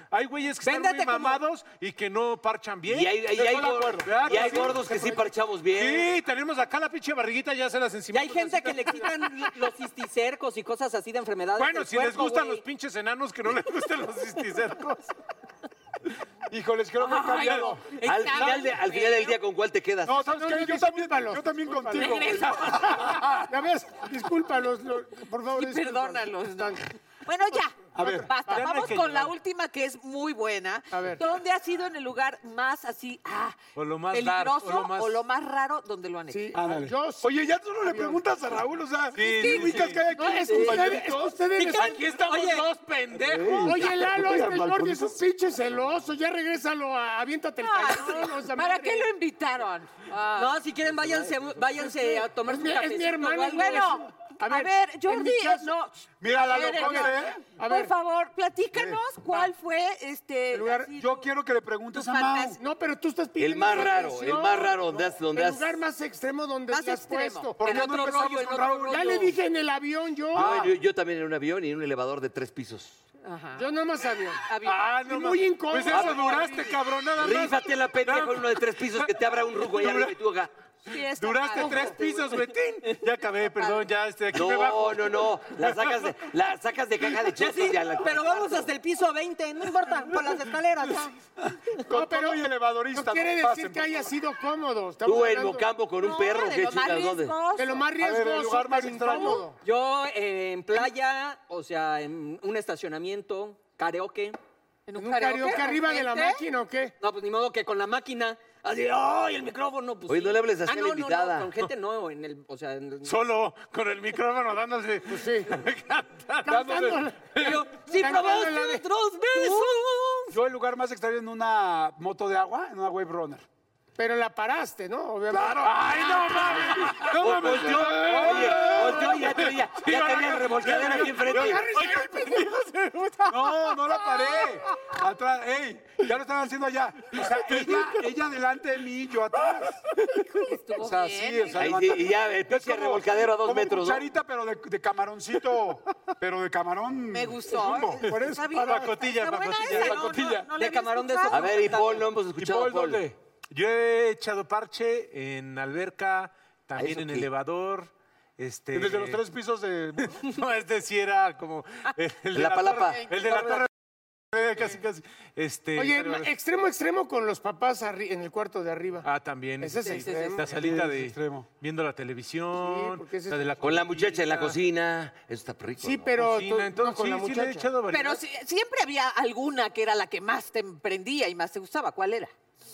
S6: hay güeyes que
S2: Véndete
S6: están muy
S2: como-
S6: mamados y que no parchan bien.
S3: Y hay, y hay
S6: Estoy de
S3: gor-
S6: acuerdo.
S3: y hay
S6: Claro, sí.
S3: gordos que sí parchamos bien.
S6: Sí, tenemos acá la pinche barriguita, ya se las
S2: Y
S6: encima.
S2: hay gente que le quitan <laughs> los cisticercos y cosas así de enfermedades.
S6: Bueno,
S2: del
S6: si les
S2: cuerpo,
S6: gustan
S2: güey.
S6: los pinches enanos, que no les gusten los
S7: <laughs>
S6: cisticercos.
S4: Híjoles, creo que he cambiado.
S3: Al final, de- al final del día, ¿con cuál te quedas?
S4: No, ¿sabes
S5: No,
S4: qué?
S5: no,
S4: Yo también,
S5: discúlpalos,
S4: yo también contigo. güey. <laughs>
S5: <laughs> Ya ves, discúlpalos, lo- por favor.
S7: Y
S5: discúlpalos.
S7: perdónalos. ¿no? Bueno, ya.
S4: ver,
S7: basta.
S6: ya no hay
S7: Vamos
S6: que
S7: con la
S6: llorar.
S7: última que es muy buena.
S5: A ver.
S7: ¿Dónde ha sido en el lugar más así, ah,
S6: O lo más dark,
S7: peligroso
S6: o lo más-
S7: o lo más raro donde lo han hecho?
S5: Sí,
S4: Ándale.
S5: yo sí.
S4: Ah, Oye, ya tú no le preguntas a Raúl, o sea,
S6: Sí,
S4: ¿qué
S6: sí,
S4: ubicas
S6: sí.
S4: que hay aquí?
S5: No, es que
S4: Sí.
S5: ustedes, es que ustedes
S6: Aquí estamos
S2: Oye.
S6: dos pendejos.
S5: Oye, Lalo,
S4: Oigan,
S5: este Jordi es
S4: balconito.
S5: un pinche celoso. Ya regrésalo, a, aviéntate el
S7: Ay,
S5: calzón. o sea,
S7: ¿Para
S5: madre.
S7: qué lo invitaron? Ah.
S2: No, si quieren, váyanse, váyanse a tomar
S5: Es
S2: su
S5: mi- es mi
S2: cafecito o
S5: hermana,
S2: algo.
S5: güey.
S7: Bueno, a
S5: A
S7: ver,
S5: ver,
S7: Jordi, eh,
S5: en mi caso-
S7: no.
S4: Mira, Lalo,
S7: Esperen,
S4: ponte,
S7: ya.
S4: ¿eh?
S5: A
S7: Por
S5: ver.
S7: favor, platícanos cuál fue este.
S5: El lugar-
S7: así,
S4: Yo
S7: tu-
S4: quiero que le preguntes
S7: tu
S5: <laughs>
S4: a Mau.
S7: fantasía.
S5: No, pero tú estás pidiendo.
S3: más
S5: una
S3: raro,
S5: versión.
S3: el más raro donde has- donde
S5: El
S3: has-
S5: lugar más extremo donde
S7: Más
S5: te has
S7: extremo.
S5: puesto.
S4: ¿Por
S2: En
S4: qué no
S2: otro
S4: empezamos
S2: rollo, en
S4: con
S2: otro
S4: Raúl?
S2: rollo.
S5: Ya le dije en el avión yo.
S3: Ah. Yo, yo- yo también en un avión y en un elevador de tres pisos.
S7: Ajá.
S5: Yo nada más avión.
S7: Había-
S6: Ah, no
S5: Y
S6: ma-
S5: muy incómodo.
S6: Pues eso duraste, cabrón, nada más.
S3: Rífate la pendeja en uno de tres pisos que te abra un ruco allá arriba y tú acá.
S7: Sí, está
S6: Duraste
S7: padre.
S6: tres pisos, güey. ¡Tin! Ya acabé, perdón, ya este, aquí me bajo.
S3: No, no, no. La sacas de, la sacas de caja de chetos y a la-
S7: Pero vamos hasta el piso 20, no importa, por las escaleras. ya.
S4: Con todo y elevadorista.
S5: No quiere decir
S4: pasen,
S5: que haya sido cómodo. Estamos
S3: Tú en
S5: hablando
S3: Mocambo con un
S7: No,
S3: perro,
S7: de
S3: qué
S7: lo más
S3: chicas, ¿dónde?
S7: riesgoso.
S5: De lo más
S4: ver, el
S5: riesgoso,
S4: lugar más
S5: pero
S4: extraño.
S5: incómodo.
S2: Yo eh, en playa, o sea, en un estacionamiento, karaoke.
S5: ¿En un karaoke arriba de la
S7: ¿Gente?
S5: máquina o qué?
S2: No, pues ni modo que con la máquina. Así, ¡ay, el micrófono! Pues,
S3: Oye,
S2: sí.
S3: no le hables así a la
S2: no, no, no,
S3: invitada.
S2: con gente no, en el, o sea...
S3: <laughs>
S2: en el-
S6: Solo, con el micrófono dándose.
S7: Pues
S5: Sí.
S6: dándose.
S5: Cantándola.
S2: Pero, si
S5: Cantando
S2: probaste
S5: la de-
S2: nuestros besos.
S4: Yo el lugar más extraño en una moto de agua, en una wave runner.
S5: Pero la paraste, ¿no? Obviamente.
S6: ¡Ay, no mames! ¡No mames!
S3: Volteó, oye, volteó y ya tenía, ya tenía el remolcadero aquí enfrente.
S4: No, no la paré. Atrás, ey, ya lo estaban haciendo allá. O
S3: <laughs>
S4: sea, ella, ella delante de mí, yo atrás. O sea, sí, o
S3: Pues ¿eh?
S4: sea,
S3: Ahí sí,
S4: levanta-
S3: y ya, el
S4: Es
S3: pinche
S4: como-
S3: revolcadero a dos
S4: como
S3: metros, ¿no?
S4: cucharita, pero de, de camaroncito, pero de camarón.
S7: Me gustó.
S4: jumbo.
S7: eh,
S4: Por eso.
S7: está bien.
S6: Pacotilla,
S7: Está buena
S6: pacotilla,
S7: esa, no,
S4: pacotilla.
S7: no, no la
S2: De
S7: había
S2: camarón de
S7: escuchado.
S3: A ver, y Paul, no hemos escuchado a
S4: Paul,
S3: Paul.
S4: ¿dónde?
S6: Yo he echado parche en alberca, también
S3: ¿eso
S6: en
S3: qué?
S6: elevador. Este,
S4: Desde los tres pisos de...
S6: <laughs> No, este sí era como. El, el de
S3: La palapa.
S6: torre- el de la torre. eh, Casi, casi. Este,
S5: Oye,
S6: pero-
S5: ma- extremo, extremo con los papás arri- en el cuarto de arriba.
S6: Ah, también.
S5: Ese es
S6: Sí, sí, sí.
S5: extremo.
S6: La salita
S4: Sí,
S6: de.
S4: es extremo.
S6: Viendo la televisión.
S5: Sí, porque ese
S6: la
S5: es-
S6: de la
S3: Con la muchacha en la
S6: cocina.
S3: cocina. Eso está rico.
S5: sí,
S3: ¿no?
S5: pero
S6: Cocina,
S5: tú-
S6: entonces,
S5: no, con
S6: sí,
S5: la
S6: sí le he
S5: muchacha.
S6: echado variedad.
S7: Pero sí- siempre había alguna que era la que más te emprendía y más te gustaba. ¿Cuál era?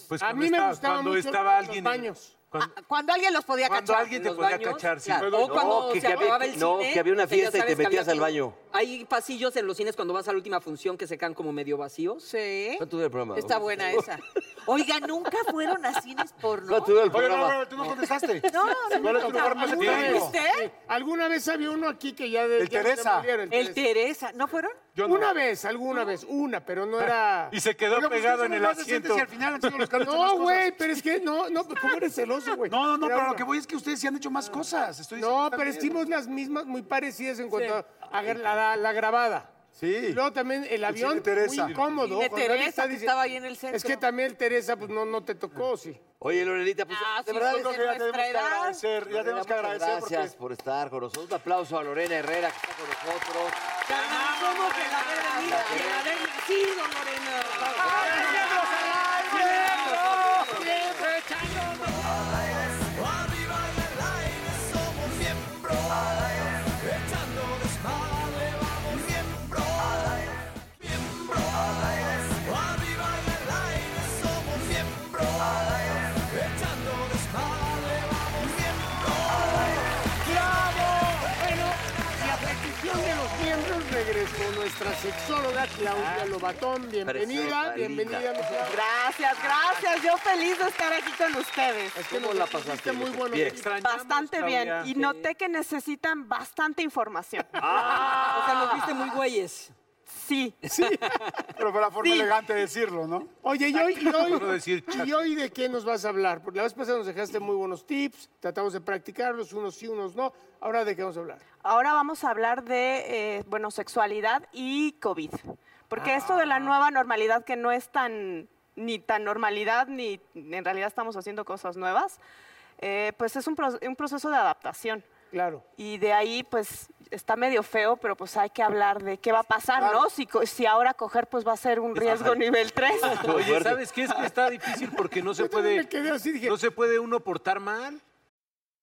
S6: Pues
S5: a
S6: cuando
S5: mí me
S6: estaba-
S5: gustaba
S6: cuando
S5: mucho
S6: estaba
S5: los
S6: alguien en-
S5: baños.
S6: cuando-
S7: Ah, Cuando alguien los podía
S6: Cuando
S7: cachar.
S6: alguien
S2: En
S6: te
S2: los
S6: podía
S2: baños,
S6: cachar, sí.
S2: claro.
S6: Bueno,
S2: O cuando
S3: no, Oh, que-
S2: se
S3: que había-
S2: acababa el
S3: no,
S2: cine, pues,
S3: que había una
S2: ya
S3: fiesta y te
S2: sabes que
S3: metías
S2: había
S3: al baño.
S2: que- Hay pasillos en los cines cuando vas a la última función que se quedan como medio vacíos.
S7: Sí.
S3: ¿Cuánto dura el programa?
S7: Está
S3: <laughs>
S7: buena esa. Oiga, nunca fueron a cines porno.
S3: ¿Cuánto dura el
S4: Oye, no,
S3: programa?
S4: no, tú no contestaste.
S7: <laughs> No, no,
S4: ¿Cuál es tu
S7: no.
S4: lugar más
S7: ¿Alguna
S4: extraño?
S7: vez usted?
S5: Sí, Alguna vez había uno aquí que ya de
S4: El
S5: ya se
S4: Teresa.
S5: murieron, el
S7: El
S5: Teresa.
S7: Teresa, ¿no fueron?
S4: Yo no.
S5: Una vez, alguna vez, una, pero no era.
S6: Y se quedó
S4: Oiga, pues,
S6: pegado
S4: ustedes son
S6: en el
S4: más decentes
S6: asiento.
S4: y al final han sido
S5: <laughs>
S4: los que han hecho más
S5: No,
S4: cosas.
S5: güey, pero es que no, no, pues, ¿cómo eres celoso, güey?
S4: <laughs> No, no, no,
S5: Era
S4: pero lo
S5: una.
S4: que voy es que ustedes sí han hecho
S5: Ah.
S4: más cosas. Estoy
S5: No,
S4: diciendo
S5: pero
S4: también.
S5: estimos las mismas, muy parecidas en cuanto a a la, la- la grabada.
S4: Sí.
S5: Luego también el avión,
S4: cine Teresa.
S5: muy incómodo.
S7: Cine
S5: Ah, Cuando él
S7: Teresa,
S5: está
S7: que
S5: dici-
S7: estaba ahí en el centro.
S5: Es que también el Teresa, pues no, no te
S4: Mm.
S5: tocó, sí.
S3: Oye, Lorenita, pues
S7: Ah,
S3: de
S7: sí,
S3: verdad es-
S7: pues,
S4: Yo creo que ya
S7: de
S4: tenemos
S7: nuestra
S4: que
S7: edad.
S4: agradecer, ya
S3: Lorena,
S4: tenemos que
S3: muchas
S4: agradecer porque...
S3: Gracias por estar con nosotros. Un aplauso a Lorena Herrera que está con nosotros.
S2: Carnal, ¿cómo que la haber venido? Que la haber nacido, Morena.
S1: Arriba y al aire somos miembros, echando desmadre vamos miembros, miembros. Arriba y al aire somos miembros, echando desmadre vamos
S5: Bueno, y a petición de los miembros regresó nuestra sexóloga
S7: Ah.
S5: Claudia Lobatón. Bienvenida,
S3: preciosa,
S5: bienvenida.
S3: linda.
S5: mi Claudia.
S7: Gracias, gracias. Yo feliz de estar aquí con ustedes.
S5: Es que
S3: ¿Cómo
S5: nos
S3: la
S5: pusiste
S3: pasaste?
S5: muy bueno.
S3: Bien.
S6: Extrañamos,
S8: Bastante bien.
S6: Claudia.
S8: Y noté que necesitan bastante
S5: <laughs>
S8: información.
S5: Ah.
S2: O sea, nos viste muy güeyes.
S8: Sí.
S4: <laughs> Pero fue la forma elegante de decirlo, ¿no?
S5: Oye, ¿y
S4: <laughs>
S8: <laughs>
S5: hoy, y hoy-
S6: Quiero decir,
S5: y hoy de qué nos vas a hablar? Porque la vez pasada nos dejaste muy buenos tips, tratamos de practicarlos, unos sí, unos no. Ahora, ¿de qué vamos a hablar?
S8: Ahora vamos a hablar de, eh, bueno, sexualidad y COVID. Porque esto de la nueva normalidad que no es tan, ni tan normalidad, ni en realidad estamos haciendo cosas nuevas, eh, pues es un, pro- un proceso de adaptación.
S5: Claro.
S8: Y de ahí, pues, está medio feo, pero pues hay que hablar de qué va a pasar, ¿no? Si, co- si ahora coger, pues va a ser un riesgo nivel
S6: <laughs>
S8: 3.
S6: Oye, ¿sabes qué? Es que está difícil porque no se
S5: Yo también me
S6: puede.
S5: quedé así, dije,
S6: No se puede uno portar mal.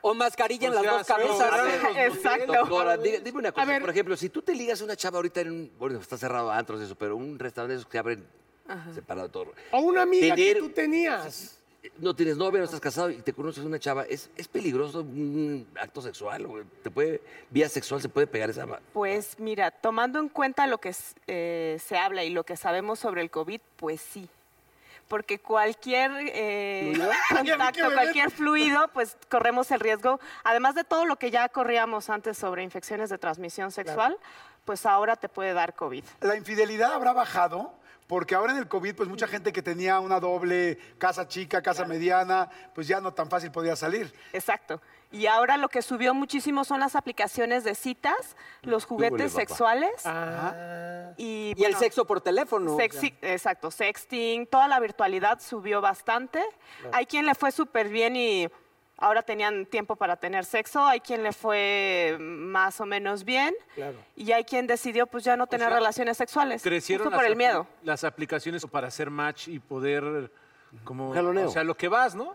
S2: O mascarilla en
S3: O
S2: las
S3: sea,
S2: dos
S3: se ahorraron <laughs>
S2: cabezas.
S3: los Doctora, diga- dime una cosa. Por ejemplo, si tú te ligas a una chava ahorita en un. Bueno, está cerrado antros, eso, pero un restaurante de esos que abren separado todo.
S5: O una amiga
S3: Tener-
S5: que tú tenías.
S3: No tienes novia, no estás casado y te conoces una chava. Es, es peligroso un acto sexual, güey. Te puede. Vía sexual se puede pegar esa. ma-
S8: Pues mira, tomando en cuenta lo que s- eh, se habla y lo que sabemos sobre el COVID, pues sí. Porque cualquier eh, <laughs>
S1: ¿Fluido?
S8: contacto,
S1: me
S8: cualquier fluido, pues corremos el riesgo. Además de todo lo que ya corríamos antes sobre infecciones de transmisión sexual, pues ahora te puede dar COVID.
S4: ¿La infidelidad habrá bajado? Porque ahora en el COVID, pues mucha gente que tenía una doble casa chica, casa mediana, pues ya no tan fácil podía salir.
S8: Exacto. Y ahora lo que subió muchísimo son las aplicaciones de citas, los juguetes
S2: papá.
S8: sexuales.
S4: Ah.
S8: Y,
S2: Y el
S8: bueno,
S2: sexo por teléfono. o
S8: Sexi- Exacto, sexting, toda la virtualidad subió bastante.
S2: Claro.
S8: Hay quien le fue súper bien y ahora tenían tiempo para tener sexo, hay quien le fue más o menos bien
S6: Claro.
S8: y hay quien decidió pues ya no tener
S6: sea,
S8: relaciones sexuales,
S6: Crecieron
S8: justo
S6: las
S8: por el
S6: apli-
S8: miedo.
S6: Las aplicaciones para hacer match y poder como
S8: Jaloneo.
S6: o sea, lo que vas, ¿no?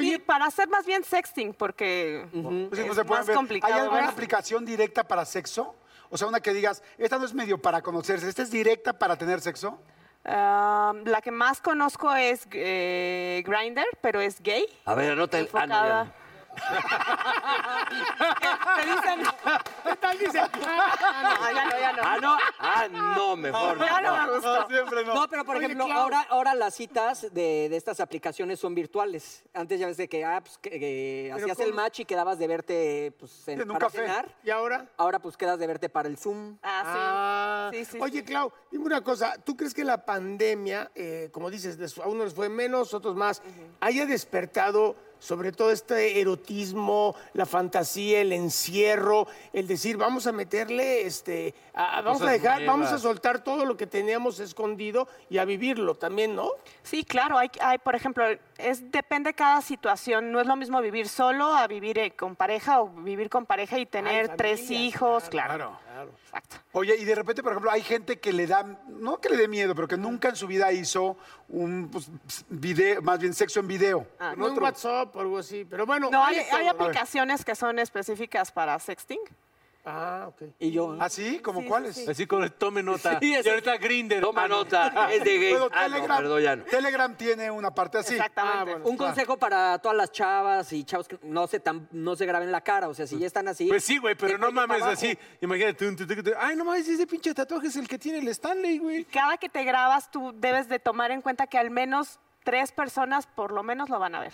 S8: y para hacer más bien sexting porque
S4: Pues,
S8: es
S4: no se pueden
S8: más
S4: ver.
S8: complicado.
S4: ¿Hay alguna
S8: ¿verdad?
S4: aplicación directa para sexo? O sea, una que digas, esta no es medio para conocerse, esta es directa para tener sexo.
S8: Ah, la que más conozco es eh, Grindr, pero es gay.
S3: A ver, anota el. ah, no, ya
S8: Enfocada.
S3: no.
S8: <laughs> Te dicen. ¿Qué tal dicen? ya no, ya no.
S3: Ah, no. Ah, no, mejor.
S2: Ya no me gustó.
S3: No, siempre no.
S2: No, pero por
S3: Oye,
S2: ejemplo,
S3: Clau.
S2: ahora, ahora las citas de, de estas aplicaciones son virtuales. Antes ya ves de que, ah, pues, que- que
S5: Pero
S2: hacías
S5: ¿cómo?
S2: el match y quedabas de verte pues, en,
S5: En un
S2: para
S5: café.
S2: cenar.
S5: ¿Y ahora?
S2: Ahora pues quedas de verte para el Zoom.
S5: Ah, Oye, Clau, dime una cosa. ¿Tú crees que la pandemia, eh, como dices, les- a unos les fue menos, otros más, haya despertado sobre todo este erotismo, la fantasía, el encierro, el decir, vamos a meterle, este, a- a- vamos
S8: Cosas
S5: a dejar, vamos a
S8: nuevas.
S5: soltar todo lo que teníamos escondido y a vivirlo también, ¿no?
S8: Sí, claro, hay, hay, por ejemplo, es depende cada situación. No es lo mismo vivir solo a vivir eh, con pareja o vivir con pareja y tener tres hijos, claro.
S4: Oye, y de repente, por ejemplo, hay gente que le da, no que le dé miedo, pero que nunca en su vida hizo un pues, video, más bien sexo en video.
S8: Ah,
S4: Con
S8: no en
S4: otro.
S5: WhatsApp o algo así, pero bueno.
S8: No, hay,
S5: vale
S8: hay
S5: todo.
S8: aplicaciones que son específicas para sexting.
S5: Ah, ok.
S2: ¿Y yo?
S4: ¿Ah, sí? ¿Cómo
S8: Sí,
S4: cuáles?
S8: sí,
S6: Así como tome nota.
S4: Sí, es-
S6: Y ahorita Grinder. Ah,
S3: Toma nota, es de gay.
S4: Bueno,
S3: Ah, no,
S4: Telegram,
S3: perdón, ya no.
S4: Telegram tiene una parte así.
S8: Exactamente.
S2: Un consejo para todas las chavas y chavos que no se, tam- no se graben la cara. O sea, si ya están así.
S6: Pues sí, güey, pero
S2: de
S6: no
S2: cuello para
S6: mames
S2: abajo.
S6: así. Imagínate. tun, tun, tun, tun. Ay, no mames, ese pinche tatuaje es el que tiene el Stanley, güey.
S8: Cada que te grabas, tú debes de tomar en cuenta que al menos tres personas por lo menos lo van a ver.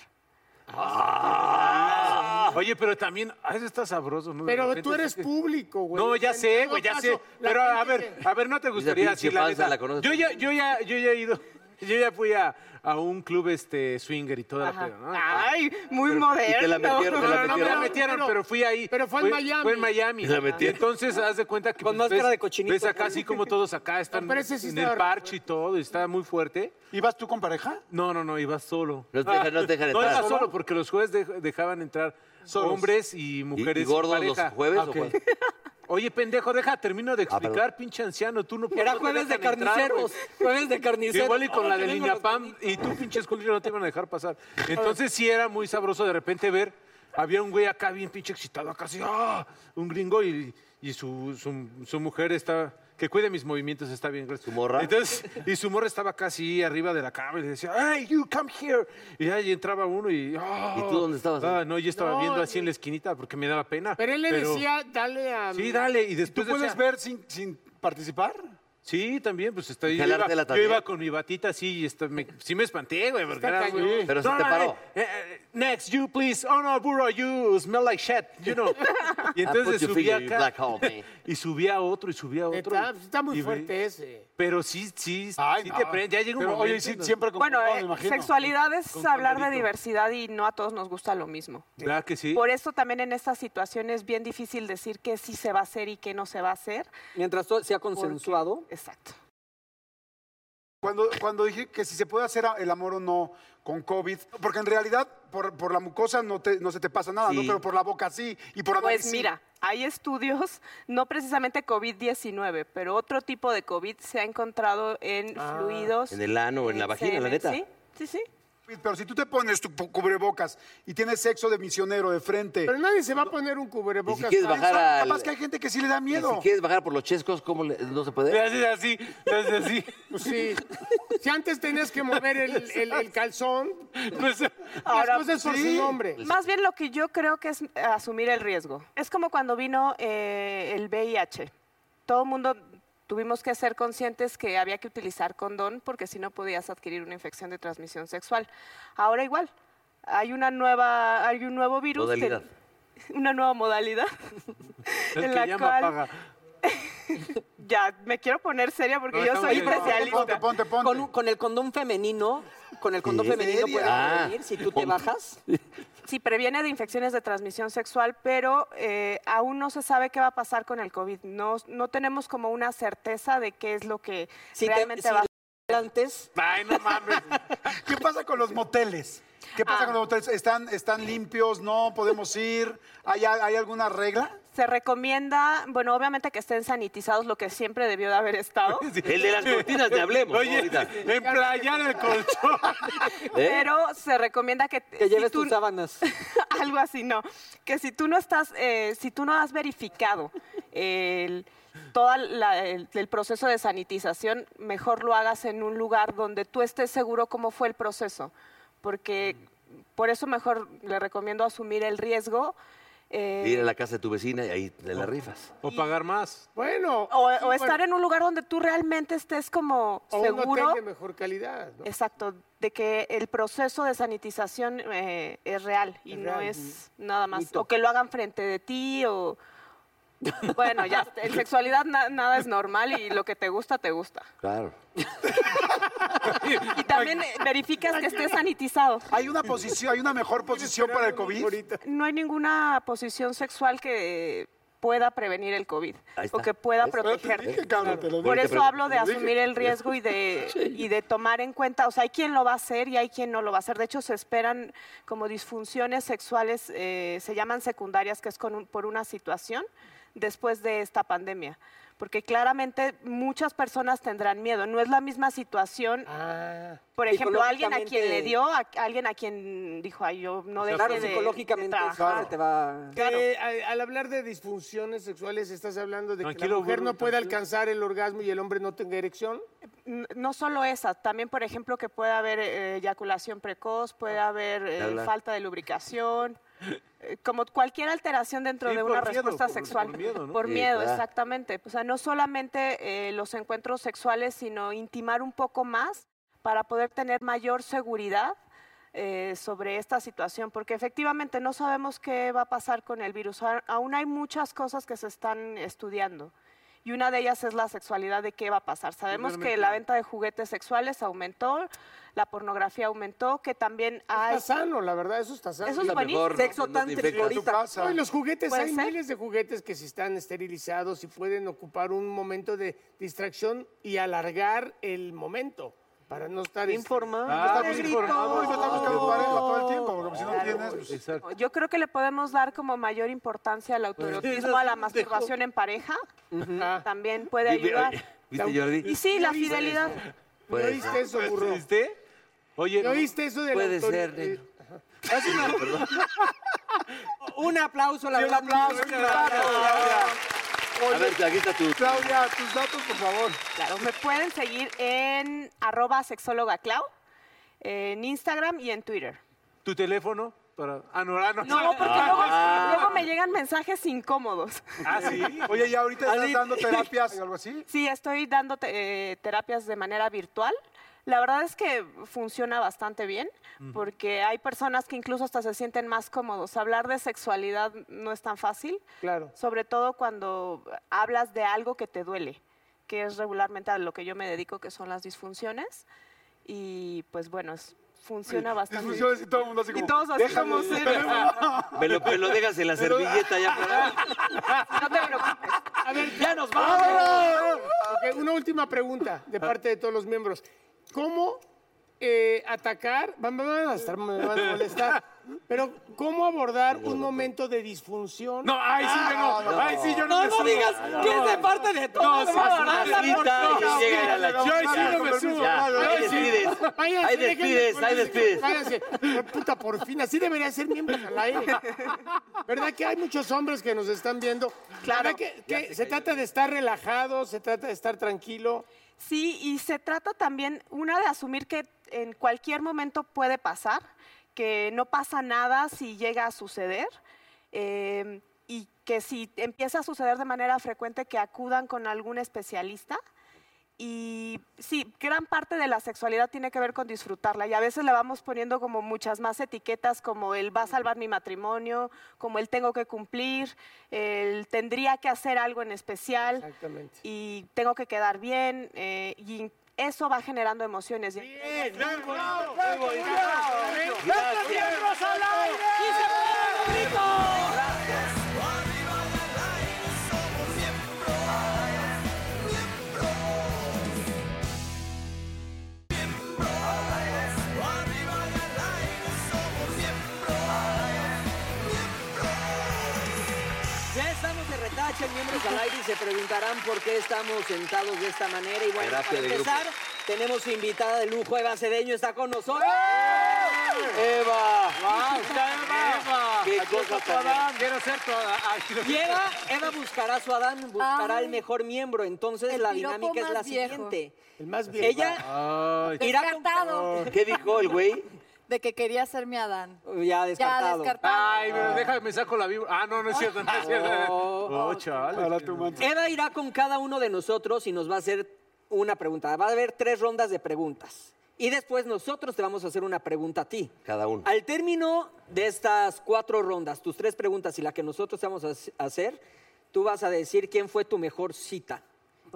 S6: Oye, pero también, ah, eso está sabroso, ¿no? De
S5: Pero
S6: repente
S5: tú eres
S6: sí que-
S5: público, güey.
S6: No,
S5: O
S6: ya
S5: sea, en
S6: sé,
S5: todo
S6: güey, ya
S5: caso,
S6: sé.
S5: la
S6: Pero a
S5: gente
S6: ver, ah,
S5: que-
S6: a ver, no te gustaría
S3: pinche
S6: decir la
S3: panza
S6: neta.
S3: la conoces.
S6: yo ya, yo ya, yo ya he ido, <laughs> yo ya fui a, a un club este swinger y toda la
S8: Ajá.
S6: peda, ¿no?
S8: Ay, muy
S6: Pero-
S8: moderno.
S3: y te la metieron, te la
S6: No, no me la
S3: metieron.
S6: metieron, pero, fui ahí.
S5: pero fue en Miami.
S6: Fue en Miami.
S3: Te la metieron.
S6: Entonces, haz de cuenta que.
S2: Con
S6: más
S2: máscara de cochinito.
S6: Ves acá, así como todos acá están
S5: pero ese sí
S6: en
S5: está-
S6: el parche y todo, y está muy fuerte.
S4: ¿Ibas tú con pareja?
S6: No, no, no, ibas solo.
S3: No te dejan- no te dejan
S6: <laughs> No
S3: entrar.
S6: iba solo porque los jueves dej- dejaban entrar
S4: Solos.
S6: hombres y mujeres.
S3: ¿Y- y gordos los
S6: pareja.
S3: jueves o
S6: Ah, ok.
S3: cuándo?
S6: <laughs> Oye, pendejo, deja, termino de
S3: perdón.
S6: explicar, pinche anciano, tú no
S2: Era
S6: no te
S2: jueves de
S6: dejan entrar,
S2: carniceros.
S6: güey.
S2: jueves de carniceros.
S6: Igual y con
S2: Ahora
S6: la del
S2: que vengo los
S6: INAPAM y tú, pinche escultura, no te iban a dejar
S2: <laughs>
S6: pasar. Entonces sí era muy sabroso de repente ver, había un güey acá bien pinche excitado, acá así, ¡ah! Un gringo y, y su, su- su mujer está... Que cuide mis movimientos, está bien, gracias. ¿Su
S3: morra?
S6: Entonces, y su morra estaba casi arriba de la cama y le decía, ¡Hey, you come here! Y ahí entraba uno y... "Ah".
S3: ¿Y tú dónde estabas?
S6: Ah, no, yo estaba
S5: No,
S6: viendo así en la esquinita porque me daba pena.
S5: Pero él le decía, dale a...
S6: Sí, dale. Y
S4: ¿Tú
S6: después
S4: puedes
S6: decía,
S4: ver sin, sin participar?
S6: Sí, también, pues está yo
S3: ¿Jalártela
S6: iba, yo
S3: también?
S6: iba con mi batita así y esta- me- sí me espanté, güey, porque
S3: Está
S6: era
S3: cañón.
S6: muy-
S3: Pero se
S6: No,
S3: te
S6: no,
S3: paró.
S6: eh, eh, next, you please. Oh no, burro, you smell like shit,
S3: <laughs>
S6: you know. Y
S3: I put
S6: entonces
S3: your
S6: subía
S3: finger in
S6: acá.
S3: black hole, man.
S6: y subía otro y subía otro.
S5: Está, está muy
S6: Y ve-
S5: fuerte ese.
S6: Pero sí, sí, sí te
S4: no.
S6: prende. Ya llega un
S4: Pero,
S6: momento.
S4: oye, sí, siempre con
S8: Bueno,
S4: papá, me
S8: eh,
S4: imagino.
S8: sexualidad es
S6: Con
S8: hablar de
S6: colorito.
S8: diversidad y no a todos nos gusta lo mismo.
S6: ¿Verdad que sí?
S8: Por eso también en esta situación es bien difícil decir qué sí se va a hacer y qué no se va a hacer.
S2: Mientras todo sea consensuado.
S8: Exacto.
S4: Cuando, cuando dije que si se puede hacer a- el amor o no con COVID, porque en realidad por, por la mucosa no, te, no se te pasa nada, ¿no? Pero por la boca sí y por la nariz
S8: Pues
S4: sí.
S8: mira, hay estudios, no precisamente COVID-19, pero otro tipo de COVID se ha encontrado en Ah. fluidos.
S3: Ah, En el ano o en la vagina, la
S8: semen,
S3: neta.
S8: Sí, sí, sí.
S4: Pero si tú te pones tu pu- cubrebocas y tienes sexo de misionero de frente,
S5: Pero nadie se va a poner un
S3: Y si
S5: cubrebocas.
S3: quieres
S5: para-
S3: bajar al...
S4: capaz que hay gente que sí le da
S3: y <laughs>
S4: miedo.
S3: si quieres bajar por los chescos, ¿cómo le- no se puede?
S6: Le haces así, le haces así.
S5: Pues sí. Si antes tenías que mover el, el- el calzón,
S6: No sé.
S5: las cosas Pues por su nombre.
S3: Pues,
S8: Más bien lo que yo creo que es eh, asumir el riesgo. Es como cuando vino eh, el VIH. Todo el mundo tuvimos que ser conscientes que había que utilizar condón porque si no podías adquirir una infección de transmisión sexual. Ahora igual, hay una nueva, hay un nuevo virus. que-
S3: Modalidad.
S8: <laughs> una nueva modalidad.
S6: El
S8: en
S6: que
S8: la
S6: llama
S8: cual
S6: paga.
S8: ya me quiero poner seria porque
S6: No,
S8: yo
S6: está
S8: soy
S6: muy bien.
S8: especialista.
S4: Ponte, ponte, ponte.
S2: Con, un- con el condón femenino, con el condón
S3: ¿En
S2: femenino
S3: serio?
S2: puedes
S3: Ah.
S2: prevenir si tú te bajas.
S8: <laughs> Sí, previene de infecciones de transmisión sexual, pero eh, aún no se sabe qué va a pasar con el COVID. No, no tenemos como una certeza de qué es lo que
S2: Si
S8: realmente
S2: te
S8: va a
S2: si antes,
S6: Ay, no mames.
S4: ¿Qué pasa con los moteles? ¿Qué pasa
S8: Ah.
S4: con los moteles? ¿Están, ¿Están limpios? ¿No podemos ir? ¿Hay, a- hay alguna regla?
S8: Se recomienda, bueno, obviamente que estén sanitizados, lo que siempre debió de haber estado,
S3: El
S8: <laughs>
S3: de las cortinas, de hablemos. ¿no?
S6: Oye,
S3: Ahorita.
S6: emplayar el colchón.
S8: pero se recomienda que,
S2: ¿Eh? que lleves
S8: si tú-
S2: tus sábanas.
S8: <laughs> algo así, no, que si tú no estás, eh, si tú no has verificado el, todo el, el proceso de sanitización, mejor lo hagas en un lugar donde tú estés seguro cómo fue el proceso, porque por eso mejor le recomiendo asumir el riesgo. eh,
S3: <laughs> Ir a la casa de tu vecina y ahí te la rifas.
S6: O pagar más.
S5: Bueno.
S8: o, o estar en un lugar donde tú realmente estés como
S5: seguro. un
S8: seguro.
S5: hotel de mejor calidad. ¿no?
S8: Exacto, de que el proceso de sanitización eh, es real y
S5: Es
S8: no
S5: real,
S8: es nada más. O que lo hagan frente de ti
S4: <laughs>
S8: o... Bueno, ya, en sexualidad na- nada es normal y lo que te gusta, te gusta.
S3: Claro.
S8: Y también eh, verificas que esté sanitizado.
S4: ¿Hay una posición, hay una mejor posición para el COVID?
S8: No hay ninguna posición sexual que pueda prevenir el COVID
S3: Ahí está.
S8: o que pueda
S3: ¿Ves?
S8: protegerte.
S4: cabrón, te lo
S8: Por eso
S3: pero-
S8: hablo de asumir el riesgo y de, y de tomar en cuenta, o sea, hay quien lo va a hacer y hay quien no lo va a hacer. De hecho, se esperan como disfunciones sexuales, eh, se llaman secundarias, que es con un- por una situación después de esta pandemia. Porque claramente muchas personas tendrán miedo. No es la misma situación,
S5: Ah.
S8: por ejemplo, alguien a quien le
S2: Psicológicamente-
S8: dio, a alguien a quien dijo, ay, yo no dejé
S2: Claro,
S8: de- de
S2: psicológicamente
S8: trabajar".
S2: te va.
S5: Eh, a- al hablar de disfunciones sexuales, estás hablando de que la
S6: Tranquilo,
S5: mujer
S6: burro,
S5: no puede
S6: tranquilo.
S5: alcanzar el orgasmo y el hombre no tenga erección.
S8: N- no solo esa, también por ejemplo que puede haber eh, eyaculación precoz, puede
S3: Ah,
S8: haber eh,
S3: habla.
S8: falta de lubricación, eh, como cualquier alteración dentro
S6: Sí,
S8: de
S6: por
S8: una
S6: miedo,
S8: respuesta
S6: por-
S8: sexual.
S6: por miedo, ¿no?
S8: Por
S3: Sí,
S8: miedo,
S3: claro.
S8: exactamente. O sea, no solamente eh, los encuentros sexuales, sino intimar un poco más para poder tener mayor seguridad. eh, sobre esta situación, porque efectivamente no sabemos qué va a pasar con el virus. A- Aún hay muchas cosas que se están estudiando. Y una de ellas es la sexualidad de qué va a pasar. Sabemos que la venta de juguetes sexuales aumentó, la pornografía aumentó, que también hay...
S5: Está sano, la verdad, eso está sano.
S8: Eso
S3: Es
S8: es
S3: la
S8: buenísimo.
S3: mejor,
S2: Sexo
S3: no te
S2: tántrico
S3: infectas.
S4: Tu
S2: ahorita.
S4: casa.
S5: No, y los juguetes,
S8: ¿Puede
S5: hay
S8: ser?
S5: miles de juguetes que si están esterilizados y pueden ocupar un momento de distracción y alargar el momento para no estar...
S2: Informar.
S6: Ah,
S4: Estamos
S6: negrito.
S4: informados, no estás buscando pareja todo el tiempo, porque si no tienes... pues,
S6: Exacto.
S8: Yo creo que le podemos dar como mayor importancia al autoerotismo, a la masturbación en pareja. También puede
S3: Vi- vi-
S8: ayudar.
S3: ¿Viste, Jordi?
S8: Y sí, la fidelidad.
S5: ¿No
S3: Puede
S5: oíste
S3: ser.
S5: eso, burro?
S6: ¿Viste? Oye,
S5: ¿No oíste eso de
S3: Puede ser,
S4: eh,
S3: negro.
S2: Un aplauso, la
S4: Sí, un
S2: verdad.
S4: aplauso,
S2: muy
S4: un aplauso, Claudia.
S3: A ver, aquí está tu...
S4: Claudia, tus datos, por favor.
S8: Claro, me pueden seguir en arroba sexóloga Clau, en Instagram y en Twitter.
S6: ¿tu teléfono? para. Ah, no, ah, no.
S8: No, porque luego,
S4: ah.
S8: luego me llegan mensajes incómodos.
S6: Ah, sí.
S4: Oye, ¿y ahorita estás
S6: Ali-
S4: dando terapias o algo así?
S8: Sí, estoy dando te- eh, terapias de manera virtual. La verdad es que funciona bastante bien porque hay personas que incluso hasta se sienten más cómodos. Hablar de sexualidad no es tan fácil,
S5: Claro.
S8: sobre todo cuando hablas de algo que te duele, que es regularmente a lo que yo me dedico, que son las disfunciones. Y pues bueno, es- funciona bastante bien.
S4: Disfunciones y todo el mundo así como.
S8: Y todos así
S4: "Déjame
S8: como
S4: mi
S8: sí.
S4: teléfono".
S3: Me lo, me lo dejas en la servilleta ya para.
S8: No te preocupes.
S5: A ver,
S2: ¡Ya nos vamos!
S5: Ok, una última pregunta
S6: Ah.
S5: de parte de todos los miembros. ¿Cómo eh, atacar? Van, van a estar, me van a molestar. Pero, ¿cómo abordar un momento de disfunción?
S6: No, ay, sí, yo
S9: Ah,
S6: no. Ay, sí, yo no.
S2: No, no digas que es de parte de todos.
S6: No, sí,
S2: no,
S6: sí,
S2: no,
S6: sí,
S2: no,
S6: sí,
S2: no,
S3: Grita
S2: no.
S3: y llega a la
S6: Yo ahí sí no me subo.
S3: Ya, ahí despides.
S5: Váyanse,
S3: Ahí
S5: déjenme
S3: despides,
S5: poner
S3: ahí
S5: el
S3: despides.
S5: Váyanse. Por Puta, por fin. Así debería ser miembros al aire. E. ¿Verdad que hay muchos hombres que nos están viendo? Claro. que, que se trata de estar relajado, se trata de estar tranquilo.
S8: Sí, y se trata también, una, de asumir que en cualquier momento puede pasar, que no pasa nada si llega a suceder, eh, y que si empieza a suceder de manera frecuente, que acudan con algún especialista. Y sí, gran parte de la sexualidad tiene que ver con disfrutarla y a veces le vamos poniendo como muchas más etiquetas como el va a salvar mi matrimonio, como el tengo que cumplir, el tendría que hacer algo en especial
S5: Exactamente.
S8: y tengo que quedar bien eh, y eso va generando emociones.
S2: Ya estamos de retache, en miembros al aire, y se preguntarán por qué estamos sentados de esta manera. Y bueno,
S3: Terapia
S2: para
S3: de grupo.
S2: empezar, tenemos invitada de lujo, Eva Cedeño está con nosotros.
S3: Eva.
S2: ¡Wow! ¡Está Eva!
S3: Qué cosa tan hermosa.
S6: Quiero ser tu
S2: Y Eva, Eva buscará a su Adán, buscará
S10: Ay.
S2: al mejor miembro. Entonces
S10: El
S2: la
S10: piropo
S2: dinámica es
S10: más
S2: la
S10: viejo.
S2: siguiente.
S5: El más bien.
S2: Ella
S6: Ay,
S2: irá con...
S10: Descartado
S3: ¿Qué dijo el güey?
S10: de que quería ser mi Adán.
S2: Ya
S10: Ya
S2: descartado.
S10: descartado.
S6: ay, pero déjame, me saco la víbora. Ah, no, no es cierto, no es cierto. Oh, chale.
S4: Ojalá tu mancha.
S2: Eva irá con cada uno de nosotros y nos va a hacer una pregunta. Va a haber tres rondas de preguntas. Y después nosotros te vamos a hacer una pregunta a ti.
S3: Cada uno.
S2: Al término de estas cuatro rondas, tus tres preguntas y la que nosotros te vamos a hac- hacer, tú vas a decir quién fue tu mejor cita.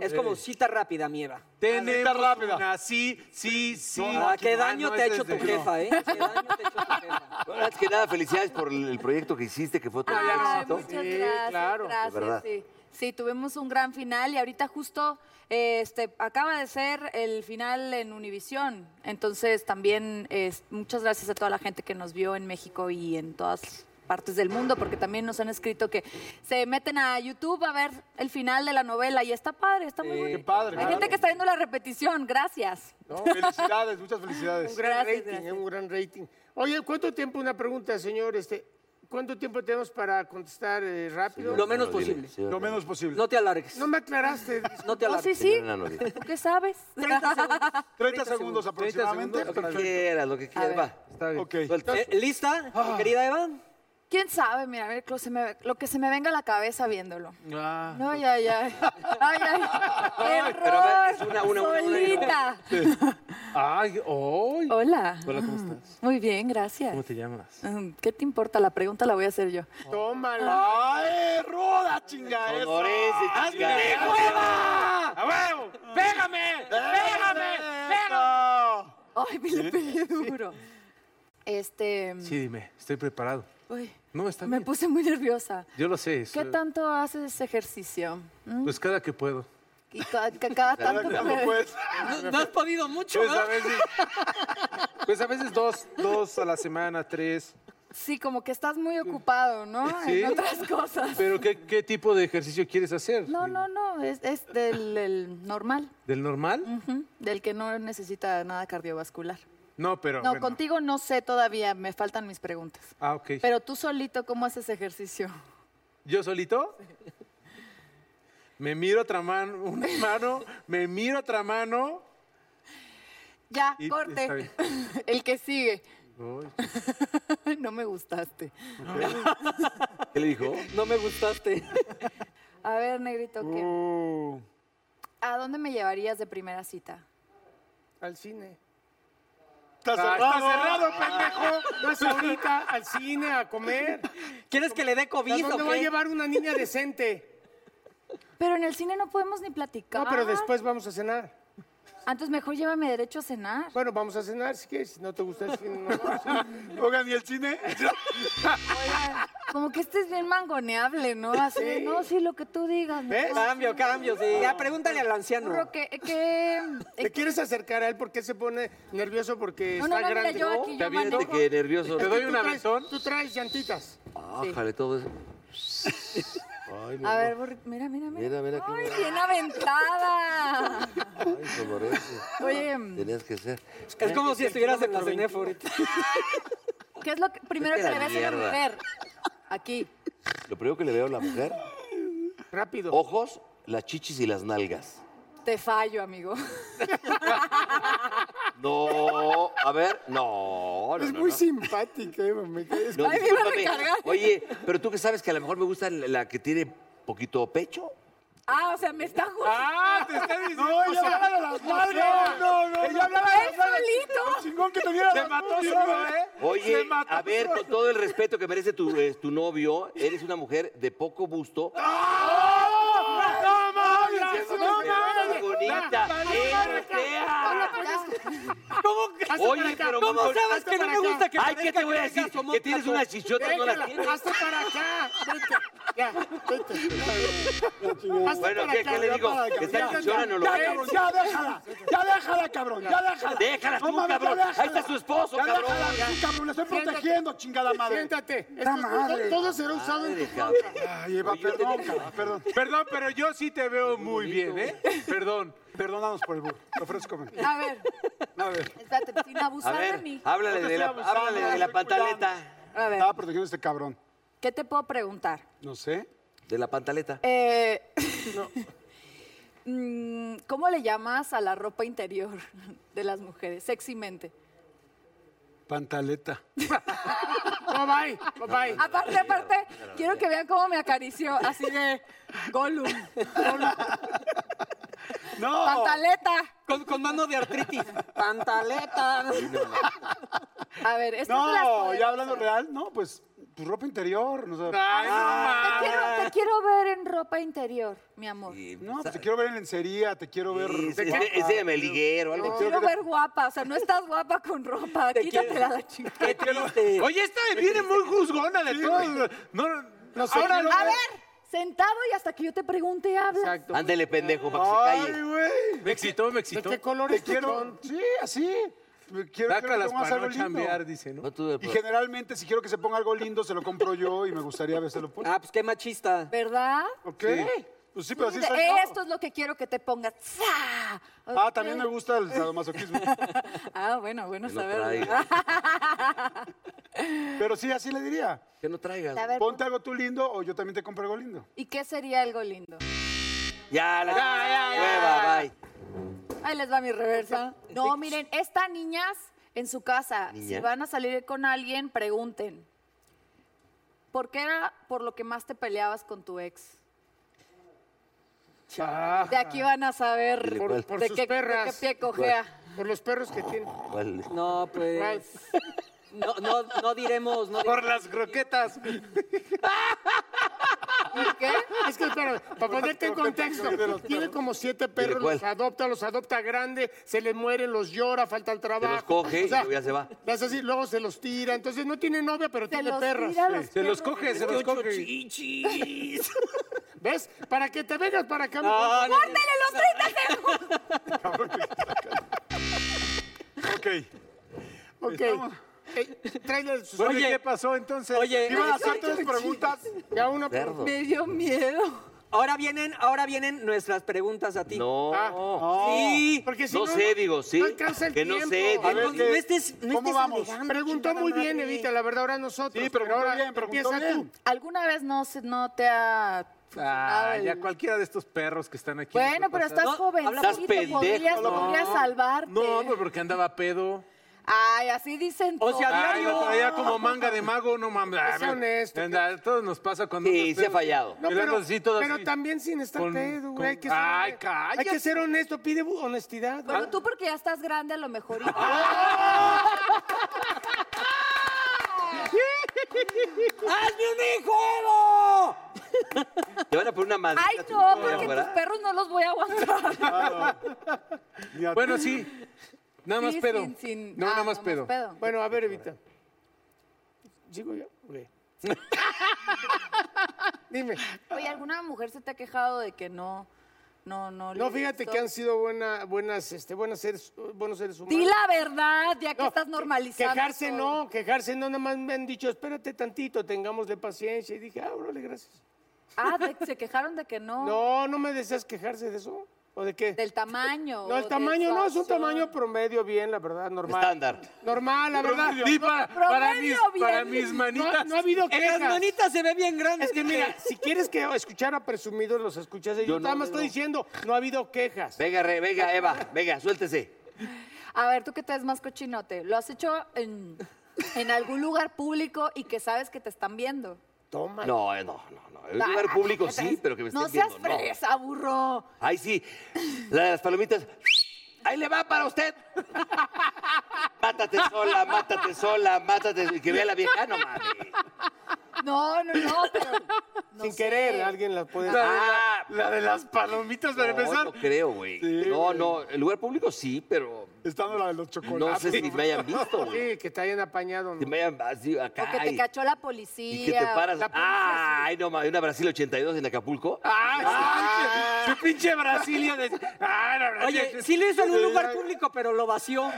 S2: Es como cita rápida, mi Eva.
S6: Tenemos
S4: rápida.
S6: una sí, sí, sí.
S2: Ah, qué
S6: Ah,
S2: daño
S6: no,
S2: te ha
S6: ese
S2: hecho
S6: es
S2: tu
S6: de-
S2: jefa, ¿eh? Qué daño te ha hecho tu jefa.
S3: Bueno, antes que nada, felicidades por el el proyecto que hiciste, que fue todo un
S10: Ay,
S3: éxito.
S10: muchas gracias.
S6: claro.
S3: De verdad.
S10: Gracias, sí. Sí, tuvimos un gran final y ahorita justo este, acaba de ser el final en Univisión. Entonces también es- muchas gracias a toda la gente que nos vio en México y en todas partes del mundo, porque también nos han escrito que se meten a YouTube a ver el final de la novela y está padre, está muy bonito.
S4: padre,
S10: Hay gente que está viendo la repetición, gracias.
S4: No, Felicidades, muchas felicidades.
S5: Un gran
S10: Gracias,
S5: rating,
S10: gracias.
S5: eh, un gran rating. Oye, ¿cuánto tiempo? Una pregunta, señor. Este, ¿Cuánto tiempo tenemos para contestar eh, rápido?
S2: Lo menos posible.
S4: Lo menos posible.
S2: No te alargues.
S5: No me aclaraste.
S2: No
S4: <laughs>
S2: te
S10: Oh,
S2: alargues.
S10: sí, sí.
S3: Lo
S10: <laughs> ¿Tú qué sabes?
S2: 30 segundos.
S4: 30 segundos aproximadamente.
S3: que quieras, lo que quieras, va. Ah.
S6: Está bien.
S9: Pues,
S4: Ok.
S3: Suelta.
S2: Eh, ¿Lista, mi querida Eva?
S10: ¿Quién sabe? Mira, a ver, lo, se me- lo que se me venga a la cabeza viéndolo.
S6: Ah.
S10: No, ya, ya. Ay, ay. Error.
S3: pero a ver, es una, una, una, una, y no.
S10: Solita.
S6: Ay, ay.
S10: Hola.
S6: Hola, ¿cómo estás?
S10: Muy bien, gracias.
S6: ¿Cómo te llamas?
S10: Mm, ¿Qué te importa? La pregunta la voy a hacer yo.
S5: Tómala.
S4: ¡Ay, ruda, chinga eso!
S3: Honorese, chica.
S6: ¡A huevo! ¡Pégame! ¡Pégame!
S4: ¡No!
S10: Ay, me le pegué duro. Este.
S6: Sí, dime, estoy preparado.
S10: uy,
S6: No, está
S10: me
S6: bien.
S10: puse muy nerviosa.
S6: Yo lo sé.
S10: ¿Qué
S6: soy-
S10: tanto haces ejercicio? ¿Mm?
S6: Pues cada que puedo.
S10: Y ca- ca-
S6: <laughs>
S10: cada tanto te me-
S4: Pues,
S2: No, no has podido mucho,
S6: Pues a
S2: ¿verdad?
S6: veces, pues a veces dos, dos a la semana, tres.
S10: Sí, como que estás muy ocupado, ¿no?
S6: Sí.
S10: En otras cosas.
S6: Pero ¿qué, qué tipo de ejercicio quieres hacer?
S10: No, no, no, es, es del, del normal,
S6: ¿Del normal?
S10: ujú, del que no necesita nada cardiovascular.
S6: No, pero.
S10: No,
S6: bueno.
S10: contigo no sé todavía, me faltan mis preguntas.
S6: Ah, ok.
S10: Pero tú solito, ¿cómo haces ejercicio?
S6: ¿Yo solito? Me miro otra mano, una mano, me miro otra mano.
S10: Ya,
S6: Y-
S10: corte.
S6: está bien.
S10: <laughs> El que sigue. no me gustaste.
S3: ¿Qué le dijo?
S2: No me gustaste.
S10: A ver, negrito, ¿qué? ¿a dónde me llevarías de primera cita?
S5: Al cine. Ah,
S4: Está cerrado.
S5: pendejo. No es ahorita al cine a comer.
S2: ¿Quieres que le dé COVID
S5: ¿A dónde
S2: o qué?
S5: va a llevar una niña decente?
S10: Pero en el cine no podemos ni platicar.
S5: No, pero después vamos a cenar.
S10: Antes mejor llévame derecho a cenar.
S5: Bueno, vamos a cenar si quieres. Si no te gusta el cine, no vamos a cenar.
S4: <laughs> Oigan, ¿y el cine?
S10: Oiga, como que este es bien mangoneable, ¿no? Así, de, no, sí, lo que tú digas.
S5: <laughs> ¿Ves?
S10: mejor.
S2: Cambio, cambio, sí. Ya pregúntale al anciano.
S10: Burro, ¿qué- eh, qué- Eh,
S5: ¿Te quieres acercar a él porque se pone nervioso porque
S10: No, no,
S5: está
S10: no, mira,
S5: grande? Oh,
S10: yo aquí, yo manejo.
S3: que nervioso.
S6: Te doy un
S5: Tú traes-
S6: aventón.
S5: Tú traes llantitas.
S3: Ájale, todo eso. Ay, mi
S10: A
S3: amor.
S10: ver, burro, mira, mira, mira.
S3: Mira, mira qué
S10: Ay,
S3: bueno.
S10: bien aventada. <laughs>
S3: Ay, Somorense.
S10: Oye,
S3: Tenías que ser.
S2: Es como si estuvieras en la Cenefo ahorita.
S10: ¿qué es lo que- primero que
S3: Vete a
S10: le
S3: la
S10: ves a una
S3: mierda.
S10: mujer? Aquí.
S3: Lo primero que le veo a la mujer,
S5: Rápido.
S3: ojos, las chichis y las nalgas.
S10: Te fallo, amigo. <laughs>
S3: No, a ver, no. no,
S5: es
S3: no,
S5: muy
S3: no.
S5: simpática, Eva. me caes-
S3: No,
S10: Ay, me iba a
S3: discúlpame.
S10: recargar.
S3: Oye, pero tú que sabes que a lo mejor me gusta la la que tiene poquito pecho.
S10: Ah, o sea, me está jugando.
S6: ¡Ah, te está diciendo!
S4: No, ella hablaba de las nalgas. No, no, Ella hablaba de las
S10: Él
S4: nalgas.
S10: solito.
S4: Lo chingón que te diera
S6: Te
S4: las
S6: mató
S4: nalgas,
S6: solo, ¿eh?
S3: Oye,
S6: Se mató
S3: a ver,
S6: solo.
S3: con todo el respeto que merece tu, eh, tu novio, eres una mujer de poco busto.
S4: No mames,
S3: Pero
S4: no
S3: eres
S4: mames.
S3: bonita, eh, eres fea.
S2: ¿Cómo que-
S3: Oye, pero
S2: ¿Cómo
S3: mamón,
S2: sabes que no me gusta que
S3: Ay, ¿qué
S2: parezca
S3: te voy a
S2: que
S3: decir?
S2: tengas
S3: Que tienes
S2: homóplato?
S3: unas chichotas, no las tienes.
S5: Déjala, hazte para acá. Vete. Ya, vete.
S3: Bueno,
S5: Hazte para
S3: ¿qué,
S5: acá,
S3: ¿qué le
S5: ya
S3: digo?
S5: para acá.
S3: ¿Que está
S5: Ya,
S3: chichona no lo
S4: Ya,
S3: ves?
S4: cabrón, ya déjala. Ya déjala, cabrón. Ya déjala.
S3: Déjala
S4: No
S3: tú,
S4: mames, ya
S3: cabrón.
S4: déjala.
S3: Ahí está su esposo,
S4: Ya
S3: cabrón.
S4: déjala, sí, cabrón. La estoy protegiendo, chingada madre.
S5: Siéntate. Esto-
S4: madre.
S5: Todo será usado en tu
S3: Cabrón.
S4: Ay, Eva, perdón, cabrón, perdón.
S6: Perdón, pero yo sí te veo muy bien, ¿eh? Perdón.
S4: Perdónanos por el burro. Te ofrezco. ven.
S10: A ver. A ver. Espérate, sin
S3: A
S10: abusar de
S3: ver,
S10: mí.
S3: háblale
S4: No te
S3: de la,
S4: estoy abusando,
S3: háblale de
S4: estoy
S3: la
S4: cuidando.
S3: pantaleta.
S10: A ver,
S4: Estaba protegiendo a este cabrón.
S10: ¿qué te puedo preguntar?
S4: No sé.
S3: De la pantaleta.
S10: Eh, <laughs> mm, ¿Cómo le llamas a la ropa interior <laughs> de las mujeres? Sexymente.
S4: Pantaleta.
S5: No,
S10: <laughs>
S5: bye. no, bye.
S10: Aparte, aparte, quiero que vean cómo me acarició, así de Gollum. Gollum.
S2: pues.
S4: No.
S10: Pantaleta.
S2: Con, con mano de <laughs> artritis. Pantaleta.
S10: A ver, esto te las
S4: No,
S10: podemos-
S4: ya hablando real, no, pues tu ropa interior. No, sé.
S10: Ah, Te quiero, te quiero ver en ropa interior, mi amor.
S4: No, pues te quiero ver en lencería, te quiero ver.
S3: Es, es de- es de meliguero, algo.
S10: Te quiero ver guapa, o sea, no estás guapa con ropa, quítatela a la chingada.
S2: Qué triste.
S6: Oye, esta viene muy juzgona de todo. No,
S10: Ahora, a ver, sentado y hasta que yo te pregunte, habla.
S5: Exacto.
S3: Ándele, pendejo, para que se
S4: Ay,
S3: calle.
S4: güey.
S6: me excitó, me
S5: ¿De
S6: excitó.
S5: qué color
S4: Te
S5: es tu
S4: quiero.
S5: chon?
S4: Sí, así. Me Quiero, quiero que
S6: Sácalas
S4: pongas
S6: para
S4: algo
S6: no
S4: lindo.
S6: chambear, dice, ¿no?
S3: No tuve
S4: Y
S3: pro-
S4: generalmente, si quiero que se ponga algo lindo, se lo compro yo y me gustaría ver se lo pone.
S2: Ah, pues qué machista.
S10: ¿Verdad?
S4: ¿Ok? Pues sí, pero así
S10: De-
S4: soy yo.
S10: Esto es lo que quiero que te pongas. ¡Za!
S4: Ah,
S10: Ok.
S4: también me gusta el
S10: <laughs>
S4: sadomasoquismo.
S10: Ah, bueno, bueno
S3: Que no
S10: saberlo.
S3: traiga.
S4: Pero sí, así le diría.
S3: Que no traigas.
S10: A ver,
S4: Ponte algo tú lindo o yo también te compro algo lindo.
S10: <laughs> ¿y qué sería algo lindo?
S3: Ya, la
S9: Ah.
S6: ya, ya.
S3: hueva, bye.
S10: Ahí les va mi reversa. No, miren, estas niñas en su casa, si
S3: Niña.
S10: van a salir con alguien, pregunten. ¿Por qué era por lo que más te peleabas con tu ex? De aquí van a saber
S3: Dile
S5: Por,
S3: cuál.
S5: por
S10: de,
S5: sus
S10: qué, de
S5: perras.
S10: qué pie cojea.
S5: Por los perros
S3: Oh,
S5: que tiene.
S3: ¿Cuál?
S2: No,
S5: Igual.
S2: pues. No, no, no diremos. No
S6: Por
S2: <laughs>
S6: las croquetas.
S10: ¿Por qué?
S5: Es que, espérame, para ponerte en contexto, tiene como siete perros,
S3: cuál?
S5: los adopta, los adopta grande, se les mueren, los llora, falta el trabajo.
S3: los coge y luego ya se va.
S5: las hace así, luego se los tira. Entonces no tiene novia, pero
S10: Se
S5: tiene
S10: los
S5: perras.
S10: tira a los
S6: Se los
S10: perros.
S6: coge, se los coge.
S2: chichis.
S5: <laughs> ¿Ves? Para que te vengas para acá.
S2: No, no,
S10: ¡Córtale los 30 segundos!
S4: Ok.
S5: ok. Eh, tráele sus-
S6: Bueno, ¿y
S2: Oye.
S6: ¿qué pasó entonces?
S2: Oye,
S4: Iban a hacer tres preguntas.
S5: ya una por-
S3: Cerdo.
S10: Me dio miedo.
S2: ahora vienen, ahora vienen nuestras preguntas a ti.
S3: No.
S5: Ah,
S2: Sí.
S5: Porque si
S3: no, sé, digo, sí.
S5: no alcanza el
S3: que no
S5: tiempo.
S3: sé.
S5: A
S3: dime.
S5: ver,
S2: Entonces, no estés, no
S4: ¿cómo
S2: estés
S4: vamos?
S2: alegando,
S5: Preguntó
S2: chingada
S5: muy bien,
S2: madre.
S5: Evita, la verdad, ahora nosotros.
S4: Sí,
S5: pero
S4: preguntó
S5: ahora
S4: bien, preguntó
S5: empieza tú.
S4: bien.
S10: ¿Alguna vez no, se- no te ha...
S6: Ah,
S10: funcionado
S6: ya
S10: el-
S6: cualquiera de estos perros que están aquí.
S10: Bueno,
S6: nos va
S10: pero
S6: a pasar.
S10: estás
S2: No, habla-
S10: jovencito,
S3: Estás pendejo,
S10: podrías, podrías salvarte.
S6: No, pues porque andaba pedo.
S10: Ay, así dicen
S6: O sea, Ay,
S10: diario.
S6: lo traía como manga de mago, no mames.
S5: Sea honesto.
S6: Anda, Todo nos pasa cuando...
S3: Sí,
S6: unos
S3: se ha
S6: pedos-
S3: fallado.
S5: No,
S6: que le
S5: pero,
S6: andas así, todo
S5: pero
S6: así.
S5: también sin estar
S6: Con-
S5: pedo, güey. Hay que ser,
S6: Ay,
S5: hay que ser honesto, pide bu- honestidad.
S10: Pero tú porque ya estás grande a lo mejor. y-
S1: ¡Hazme un hijo!
S3: Te van a poner una madre.
S10: Ay, no, porque tus perros no los voy a aguantar.
S5: <laughs>
S6: Bueno, sí. Nada más
S10: Sí,
S6: pedo.
S10: sin- sin-
S6: No,
S10: ah,
S6: nada más pedo.
S5: Bueno, a ver, Evita. ¿Sigo yo? Ok. <laughs> Dime.
S10: Oye, ¿alguna mujer se te ha quejado de que no, no, no? le
S5: No, fíjate
S10: gustó?
S5: que han sido buena- buenas, este, buenas seres, buenos seres humanos.
S10: Di la verdad, ya que
S5: No,
S10: estás normalizando.
S5: Quejarse
S10: todo.
S5: no, quejarse no, nada más me han dicho, espérate tantito, tengámosle paciencia. Y dije, ah, órale, gracias.
S10: Ah, de- se quejaron de que no.
S5: No, no me deseas quejarse de eso. ¿O de qué?
S10: Del tamaño.
S5: No,
S10: o
S5: el
S10: de
S5: tamaño
S10: su
S5: no, es un
S10: acción.
S5: tamaño promedio bien, la verdad, normal.
S3: Estándar.
S5: Normal, la verdad.
S6: Di para, para, mis,
S10: Promedio bien.
S6: para mis
S5: No,
S6: manitas.
S5: no ha habido quejas.
S1: se ve bien grande.
S5: Es que mira, si quieres que escuchar a presumidos, los escuchas. Yo,
S3: Yo
S5: nada
S3: no,
S5: más
S3: yo
S5: estoy
S3: no.
S5: diciendo, no ha habido quejas.
S3: Venga, re, venga, Eva, venga, suéltese.
S10: A ver, tú que te ves más cochinote, ¿lo has hecho en, en algún lugar público y que sabes que te están viendo?
S5: Toma.
S3: No, eh, no, no, no. En un lugar público sí, pero que me estén
S10: No
S3: viendo.
S10: seas fresa, burro.
S3: Ahí sí. La de las palomitas. Ahí le va para usted. Mátate sola, mátate sola, mátate. Y Que vea la vieja, Ah, no mames.
S10: No, no, no, pero no
S5: Sin
S10: sé.
S5: querer, alguien las puede.
S3: Ah,
S6: La de las palomitas para
S3: no,
S6: empezar.
S3: no creo, güey. No, no, en lugar público sí, pero
S4: Estando la de los chocolates.
S3: no sé si me hayan visto, güey.
S5: Sí, que te hayan apañado. ¿no?
S3: Si me hayan así acá.
S10: O que te
S3: y-
S10: cachó la
S3: Y
S10: policía.
S3: que te paras.
S10: La policía,
S3: Ah, ay, no mames, una Brasil 82 en Acapulco.
S6: Ah, su pinche Brasilia. De... Ah, la Brasilia.
S1: Oye, sí lo hizo en un lugar público, pero lo vació.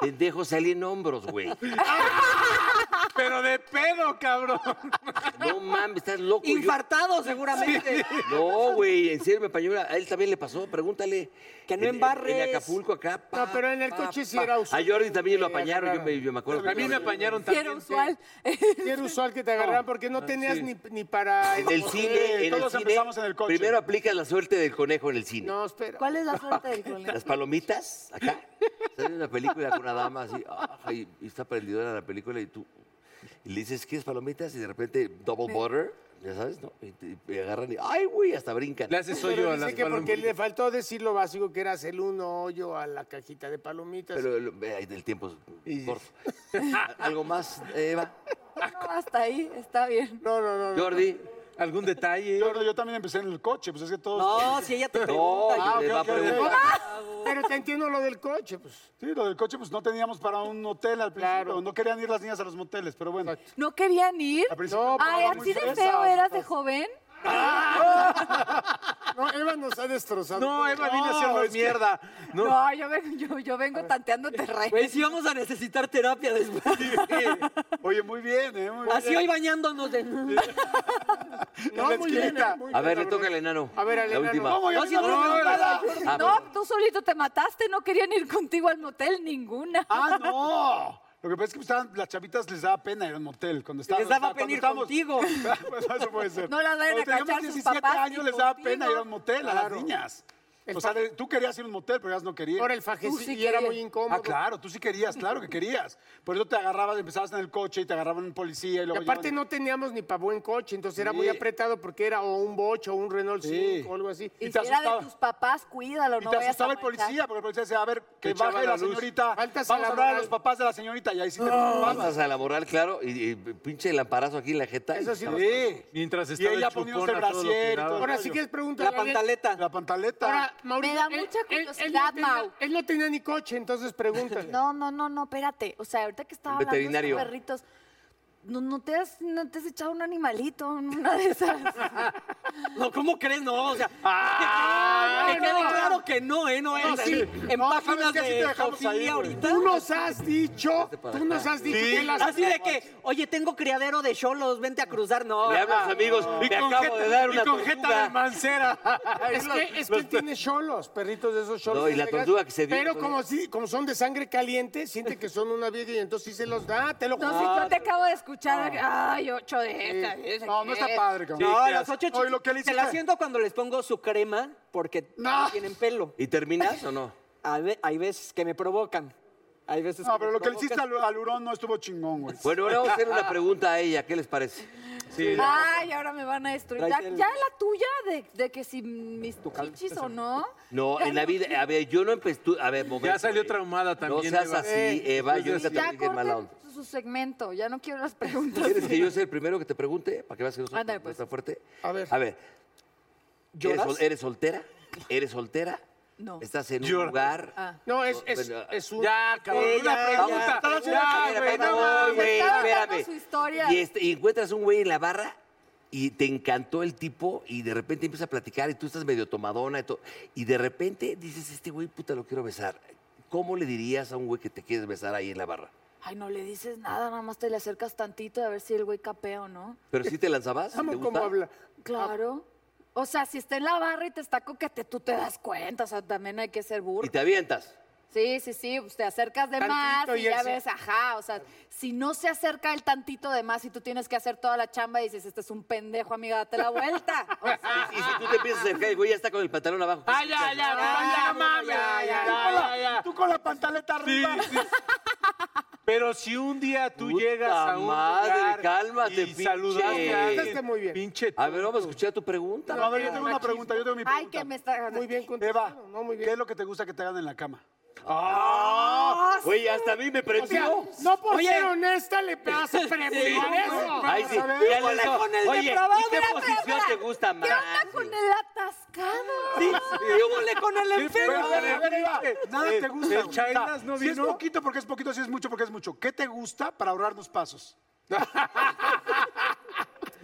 S3: Pendejo, salí en hombros, güey.
S6: Ah. Pero de pedo, cabrón.
S3: No mames, estás loco. Yo-
S1: Infartado, seguramente.
S3: No, güey, en serio me apañó. una- A él también le pasó, pregúntale.
S1: Que no
S3: En- en-
S1: embarres.
S3: En Acapulco, acá. pa,
S5: No, pero en el
S3: pa,
S5: coche sí
S3: pa.
S5: era usual.
S3: A Jordi Ah, también lo
S5: Sí,
S3: apañaron, yo
S5: agarraron.
S3: me, yo me acuerdo.
S6: A mí me apañaron
S10: sí,
S6: también.
S10: era usual.
S5: Sí era usual que te agarraran porque no tenías ni, ni para.
S3: En el cine, en
S4: todos
S3: el cine,
S4: empezamos en el coche.
S3: Primero aplicas la suerte del conejo en el cine.
S5: No, espera.
S10: ¿Cuál es la suerte del
S3: <laughs>
S10: colegio?
S3: Las palomitas, acá. Sale una película con una dama así, ah, y, y está prendidora la película y tú y le dices, ¿quieres palomitas? Y de repente, double butter, ya sabes, ¿no? Y, te- y agarran y, ay, güey, hasta brincan.
S6: Le haces soy
S5: Pero
S6: yo a
S5: dice
S6: las
S5: que porque le
S6: palomitas.
S5: faltó decir lo básico que era hacer un hoyo a la cajita de palomitas.
S3: Pero lo- eh, el tiempo es corto. <laughs> ¿Algo más, Eva?
S10: No, hasta ahí está bien.
S5: No, no, no. no.
S3: Ah. Jordi.
S6: ¿Algún detalle?
S4: Yo, yo también empecé en el coche, pues es que todos.
S1: No, si ella te
S3: No,
S1: pregunta. yo-
S3: le va a
S4: ok, ok.
S3: preguntar.
S5: Pero te entiendo lo del coche, pues.
S4: Sí, lo del coche, pues no teníamos para un hotel al principio.
S5: Claro.
S4: No querían ir las niñas a los moteles, pero bueno.
S10: ¿No querían ir?
S4: Al principio- No, pues,
S10: Ay,
S4: pero
S10: así
S4: muy
S10: de
S4: fresas,
S10: feo eras de
S4: fresas.
S10: joven.
S5: <laughs> No, Eva nos ha destrozado.
S6: No, Eva vino a hacernos mierda.
S10: No,
S6: No.
S10: yo, ven- yo, yo vengo tanteando terreno.
S1: Güey, sí vamos a necesitar terapia después.
S4: Oye, muy bien, ¿eh? Muy
S1: Así
S4: bien.
S1: hoy bañándonos de... No,
S5: <laughs> No, muy bien,
S4: esquinita.
S5: eh, muy
S3: A
S5: bien,
S3: ver, le
S5: la
S3: toca
S5: verdad.
S3: al enano.
S5: A ver, al
S3: La
S5: enano.
S3: última.
S4: ¿Cómo,
S1: si no
S4: no,
S1: le preguntaba.
S3: Ah,
S10: No, tú solito te mataste, no querían ir contigo al motel ninguna.
S4: Ah, no. Lo que pasa es que estaban, las chavitas les daba pena ir al motel cuando estaban.
S1: Les daba
S4: cuando
S1: pena ir
S4: estábamos- <laughs>
S1: contigo.
S4: Pues eso puede ser.
S10: No las vayan a
S4: Cuando teníamos
S10: cachar sus
S4: 17
S10: papás ni
S4: años les daba
S10: contigo.
S4: pena ir a un motel a las
S5: Claro.
S4: niñas.
S5: El
S4: o sea,
S5: fa-
S4: de- tú querías ir a un motel, pero ellas no querían.
S5: Por el faje
S10: Tú
S5: sí,
S10: sí
S5: y era
S10: querías.
S5: muy incómodo.
S4: Ah, claro, tú sí querías, claro que querías. Por eso te agarrabas, empezabas en el coche y te agarraban un policía
S5: <laughs>
S4: y
S5: Y
S4: luego.
S5: aparte
S4: llevaban-
S5: no teníamos ni para buen coche, entonces era
S4: Sí.
S5: muy apretado porque era o un bocho o un Renault
S4: Sí.
S5: 5 o algo así.
S10: Y
S4: te
S10: si era de
S4: asustaba.
S10: tus papás, cuídalo,
S4: Y
S10: no
S4: te
S10: vayas a
S4: asustaba el
S10: manchar.
S4: policía, porque el policía decía, a ver, que
S6: Te echaba
S4: baje la,
S6: la luz.
S4: señorita.
S5: Faltas a
S4: vamos
S5: la
S4: a hablar a
S5: moral.
S4: los papás de la señorita y ahí sí te preocupabas.
S3: Pasas a la moral, claro, y, y pinche lamparazo aquí en la jeta.
S5: Eso sí.
S3: Estabas-
S4: Sí.
S6: Mientras
S4: Y
S6: estaba
S4: ella
S6: chupón
S4: poniéndose el
S6: a todo lo
S4: brasier y
S6: que daba.
S4: todo.
S5: Ahora sí que es pregunta.
S1: La
S5: a alguien.
S1: pantaleta.
S4: La pantaleta.
S5: Ahora, Mauricio,
S10: Me da
S5: él-
S10: mucha
S5: él- él no
S10: curiosidad,
S5: tenía-
S10: Mau.
S5: Él no tenía ni coche, entonces pregúntale.
S10: <laughs> No, no, no, no, espérate. O sea, ahorita que estaba
S3: El
S10: hablando de
S3: veterinario.
S10: esos perritos, no, no, te has, no te has echado un animalito en una de esas.
S1: ¿cómo crees? No, o sea...
S3: Ah,
S1: que
S5: no.
S1: quede claro que no, ¿eh? No, es
S5: sí.
S1: En
S4: No, ¿sabes
S1: páginas
S4: qué? Sí te
S1: de
S4: dejamos ahí,
S1: Sofía
S4: güey.
S1: ahorita.
S5: Tú nos has dicho, tú nos has dicho que las-
S1: Así de que, oye, tengo criadero de cholos, vente a cruzar. No,
S3: Le hablo a los amigos, me acabo de dar una
S6: y con jeta de
S3: tortuga.
S5: <laughs>
S6: mancera.
S5: Ah, Es que, es que tiene cholos, perritos de esos cholos.
S3: No, y la tortuga que se dio-
S5: Pero como, si, como son de sangre caliente, siente que son una vieja y entonces sí se los da, te lo
S10: No, si yo te acabo de escuchar. Ay, ocho de estas. de esas,
S4: No, no está
S10: ¿qué?
S4: padre, cabrón.
S1: no, las ocho
S4: Oye, lo que le
S1: chicas. Te la
S4: hiciste.
S1: siento cuando les pongo su crema porque
S4: No.
S1: tienen pelo.
S2: <laughs>
S3: ¿Y terminas o no?
S1: A ve- hay veces que me provocan.
S2: Hay veces
S4: No, pero lo que le
S2: como
S4: hiciste al, al hurón no estuvo chingón, güey.
S3: Bueno, ahora vamos a hacer
S4: ah.
S3: una pregunta a ella, ¿qué les parece?
S4: Sí.
S10: Ay, ahora me van a destruir. Ya,
S3: Traes el-
S10: ya la tuya de, de que si mis
S3: <laughs>
S10: chichis o no.
S3: No, en la vida, a ver, yo no empecé, tú- a ver, momento. eh,
S6: Ya salió traumada
S3: No
S6: también,
S3: seas
S6: Eva.
S3: así, Eva, Eh, yo nunca te
S10: Eh, pues, ya
S3: dije mala onda.
S10: corten su segmento. Ya no quiero las preguntas.
S3: ¿Quieres que yo sea el primero que te pregunte? Para que veas que no, soy-
S10: Ándale,
S3: no
S10: pues.
S3: está fuerte.
S10: A ver.
S3: A ver. ¿Eres,
S10: ¿Lloras?
S3: sol- eres soltera? ¿Eres soltera?
S10: No.
S3: ¿Estás en un
S6: Llora.
S3: lugar?
S10: Ah.
S5: No, es, es,
S3: Bueno,
S5: es un...
S6: Ya, cabrón,
S5: Eh,
S6: una
S5: ya,
S6: pregunta.
S5: ya,
S6: Ya,
S5: ya, ya,
S6: güey, no
S5: ya,
S6: mames.
S5: ya, ya.
S3: espérame.
S10: su historia.
S3: Y, este- y encuentras un güey en la barra y te encantó el tipo y de repente empieza a platicar y tú estás medio tomadona y todo. Y de repente dices, este güey, puta, lo quiero besar. ¿Cómo le dirías a un güey que te quieres besar ahí en la barra?
S10: Ay, no le dices nada, nada más te le acercas tantito a ver si el güey capea o no.
S3: ¿Pero si te
S4: <laughs>
S3: lanzabas? ¿Te gusta?
S10: Claro. O sea, si está en la barra y te está coquete, tú te das cuenta. O sea, también hay que ser
S3: Y
S10: burro.
S3: te avientas.
S10: Sí, sí, sí, pues te acercas de
S3: Tantito
S10: más y,
S3: y él
S10: ya
S3: sí.
S10: ves, ajá, o sea, si no se acerca el tantito de más y tú tienes que hacer toda la chamba y dices, este es un pendejo, amiga, date la vuelta. O sea,
S3: Y si tú te empiezas a acercar, el güey ya está con el pantalón abajo.
S4: Ah,
S9: Ah,
S6: Ay, ya, ya, ya, no mames. Ya, ya, ya.
S4: Tú con la pantaleta arriba.
S6: Pero si un día tú
S3: Puta
S6: llegas a un
S3: madre,
S6: lugar
S3: cálmate,
S6: y
S3: pinche.
S6: saludaste a alguien,
S4: Contestaste muy bien.
S6: pinche
S3: A ver, vamos a escuchar tu pregunta.
S4: No, a ver, yo tengo una pregunta, yo tengo mi pregunta.
S10: Ay, que me está...
S5: Muy bien
S4: Eva,
S5: contestado, ¿no? Muy bien.
S4: ¿qué es lo que te gusta que te hagan en la cama?
S3: ¡Ah! Güey, hasta a mí me prendió.
S5: O sea, no por
S3: Oye.
S5: ser honesta le vas a preguntar eso.
S3: Ay, sí.
S4: Vamos a ver.
S3: ya le hizo.
S7: con el
S3: Oye,
S7: depravado,
S3: ¿y qué
S7: espera, espera,
S3: posición te
S7: espera.
S3: gusta más?
S10: ¿Qué onda con el atascado?
S3: Sí,
S7: ¿Qué hubo le con el
S4: Pero,
S7: enfermo?
S4: a ver, a ver, Eva, nada
S6: El-
S4: te gusta.
S6: el
S4: güey.
S6: Chainas
S4: Ya,
S6: no
S4: Si es
S6: vino.
S4: poquito porque es poquito, si es mucho porque es mucho. ¿Qué te gusta para ahorrarnos pasos?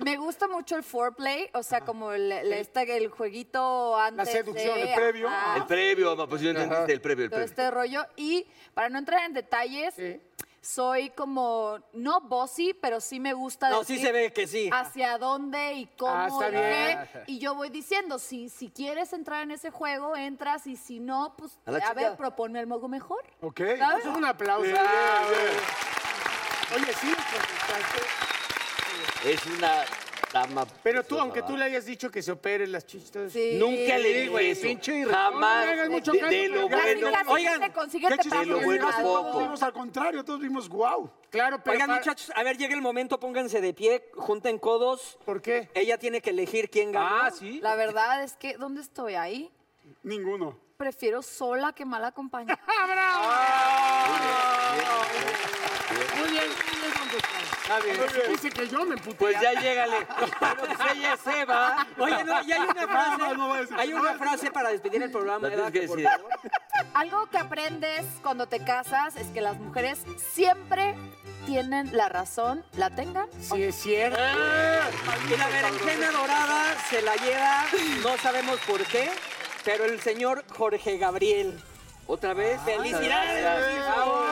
S10: Me gusta mucho el foreplay, o sea, como el, el- este- el jueguito antes
S4: seducción,
S10: de-
S4: el previo.
S10: ajá,
S3: El previo, ma, pues yo entendiste el previo, el
S10: todo
S3: previo.
S10: este rollo. Y para no entrar en detalles, soy como, no bossy, pero sí me gusta
S2: No,
S10: decir
S2: sí se ve que sí.
S10: hacia dónde y cómo
S5: Ah, está
S10: y
S5: bien.
S10: qué. Y yo voy diciendo, si, si quieres entrar en ese juego, entras, y si no, pues
S3: A la
S10: a, ver,
S3: chingada.
S10: proponme algo mejor.
S4: ¿Ok? Eh,
S10: ¿sabes?
S5: Eso es un aplauso. Oye, sí, contestaste.
S3: Es una dama.
S5: Pero tú,
S3: preciosa,
S5: aunque tú
S3: ¿va?
S5: le hayas dicho que se opere las chistas.
S10: Sí.
S3: Nunca le
S6: Sí, güey,
S3: dije eso.
S6: pinche irresponsable.
S3: Jamás.
S5: No le hagas mucho
S3: de,
S5: caso,
S3: de lo
S5: pero
S10: Casi,
S3: bueno.
S10: casi
S2: oigan,
S10: te consigues, te
S4: Qué chistoso,
S3: de lo
S10: pasas
S3: bueno
S10: un
S3: es
S10: lado.
S3: poco.
S4: Todos vimos al contrario, todos
S2: <laughs>
S4: vimos wow.
S5: Claro, pero.
S2: Oigan,
S5: para-
S2: muchachos, a ver, llega el momento, pónganse de pie, junten codos.
S5: ¿Por qué?
S2: Ella tiene que elegir quién gana.
S6: Ah, sí.
S10: La verdad es que, ¿dónde estoy ahí?
S4: Ninguno.
S10: Prefiero sola que mal acompañada.
S5: <laughs>
S6: Ah,
S5: Muy bien, muy bien contestado. Dice que yo me emputé.
S3: Pues ya
S2: <laughs>
S3: llégale. Pero pues ella es Eva.
S2: Oye, no, y hay una frase, hay una frase para despedir el programa.
S3: La tienes
S2: Eva,
S3: que
S2: por
S3: decir.
S2: favor.
S10: Algo que aprendes cuando te casas es que las mujeres siempre tienen la razón, la tengan.
S5: Sí, es cierto.
S2: Y la berenjena dorada se la lleva, no sabemos por qué, pero el señor Jorge Gabriel.
S3: Otra
S5: Ah,
S3: vez.
S2: ¡Felicidades! por favor!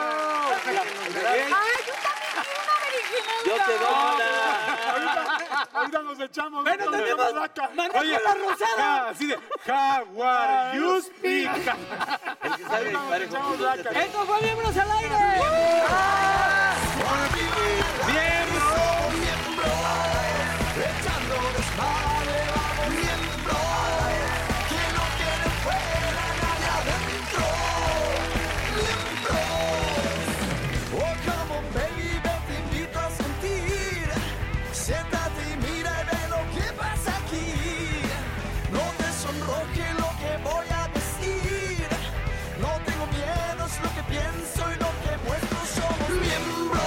S10: ¡Ay, yo también quiero una berenjena
S3: Yo te doy
S10: dorada!
S3: una.
S4: Ahorita, ahorita nos echamos.
S2: Bueno,
S4: otra vez
S2: tenemos-
S4: la vaca.
S2: ¡Maná con la rosada!
S6: Ah, Así de, how are you speak?
S3: El que sabe disparar es
S4: Echamos
S3: Jesús.
S4: vaca.
S2: ¡Esto fue Miembros al Aire!
S9: Siéntate y mira y ve lo que pasa aquí. No te sonroje lo que voy a decir. No tengo miedo, es lo que pienso y lo que muestro. Somos miembros.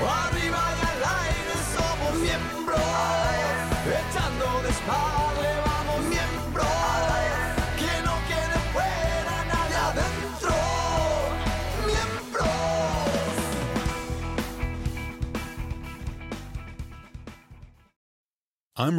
S9: Arriba y al aire somos miembros. Echando desmadre vamos miembros. Que no quede fuera nadie adentro. Miembros.
S11: I'm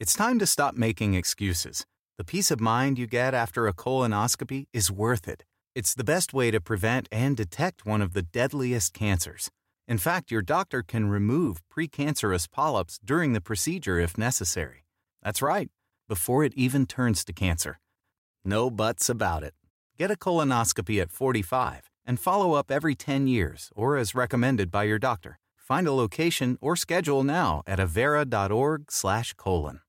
S12: It's time to stop making excuses. The peace of mind you get after a colonoscopy is worth it. It's the best way to prevent and detect one of the deadliest cancers. In fact, your doctor can remove precancerous polyps during the procedure if necessary. That's right, before it even turns to cancer. No buts about it. Get a colonoscopy at 45 and follow up every 10 years or as recommended by your doctor. Find a location or schedule now at avera.org/colon.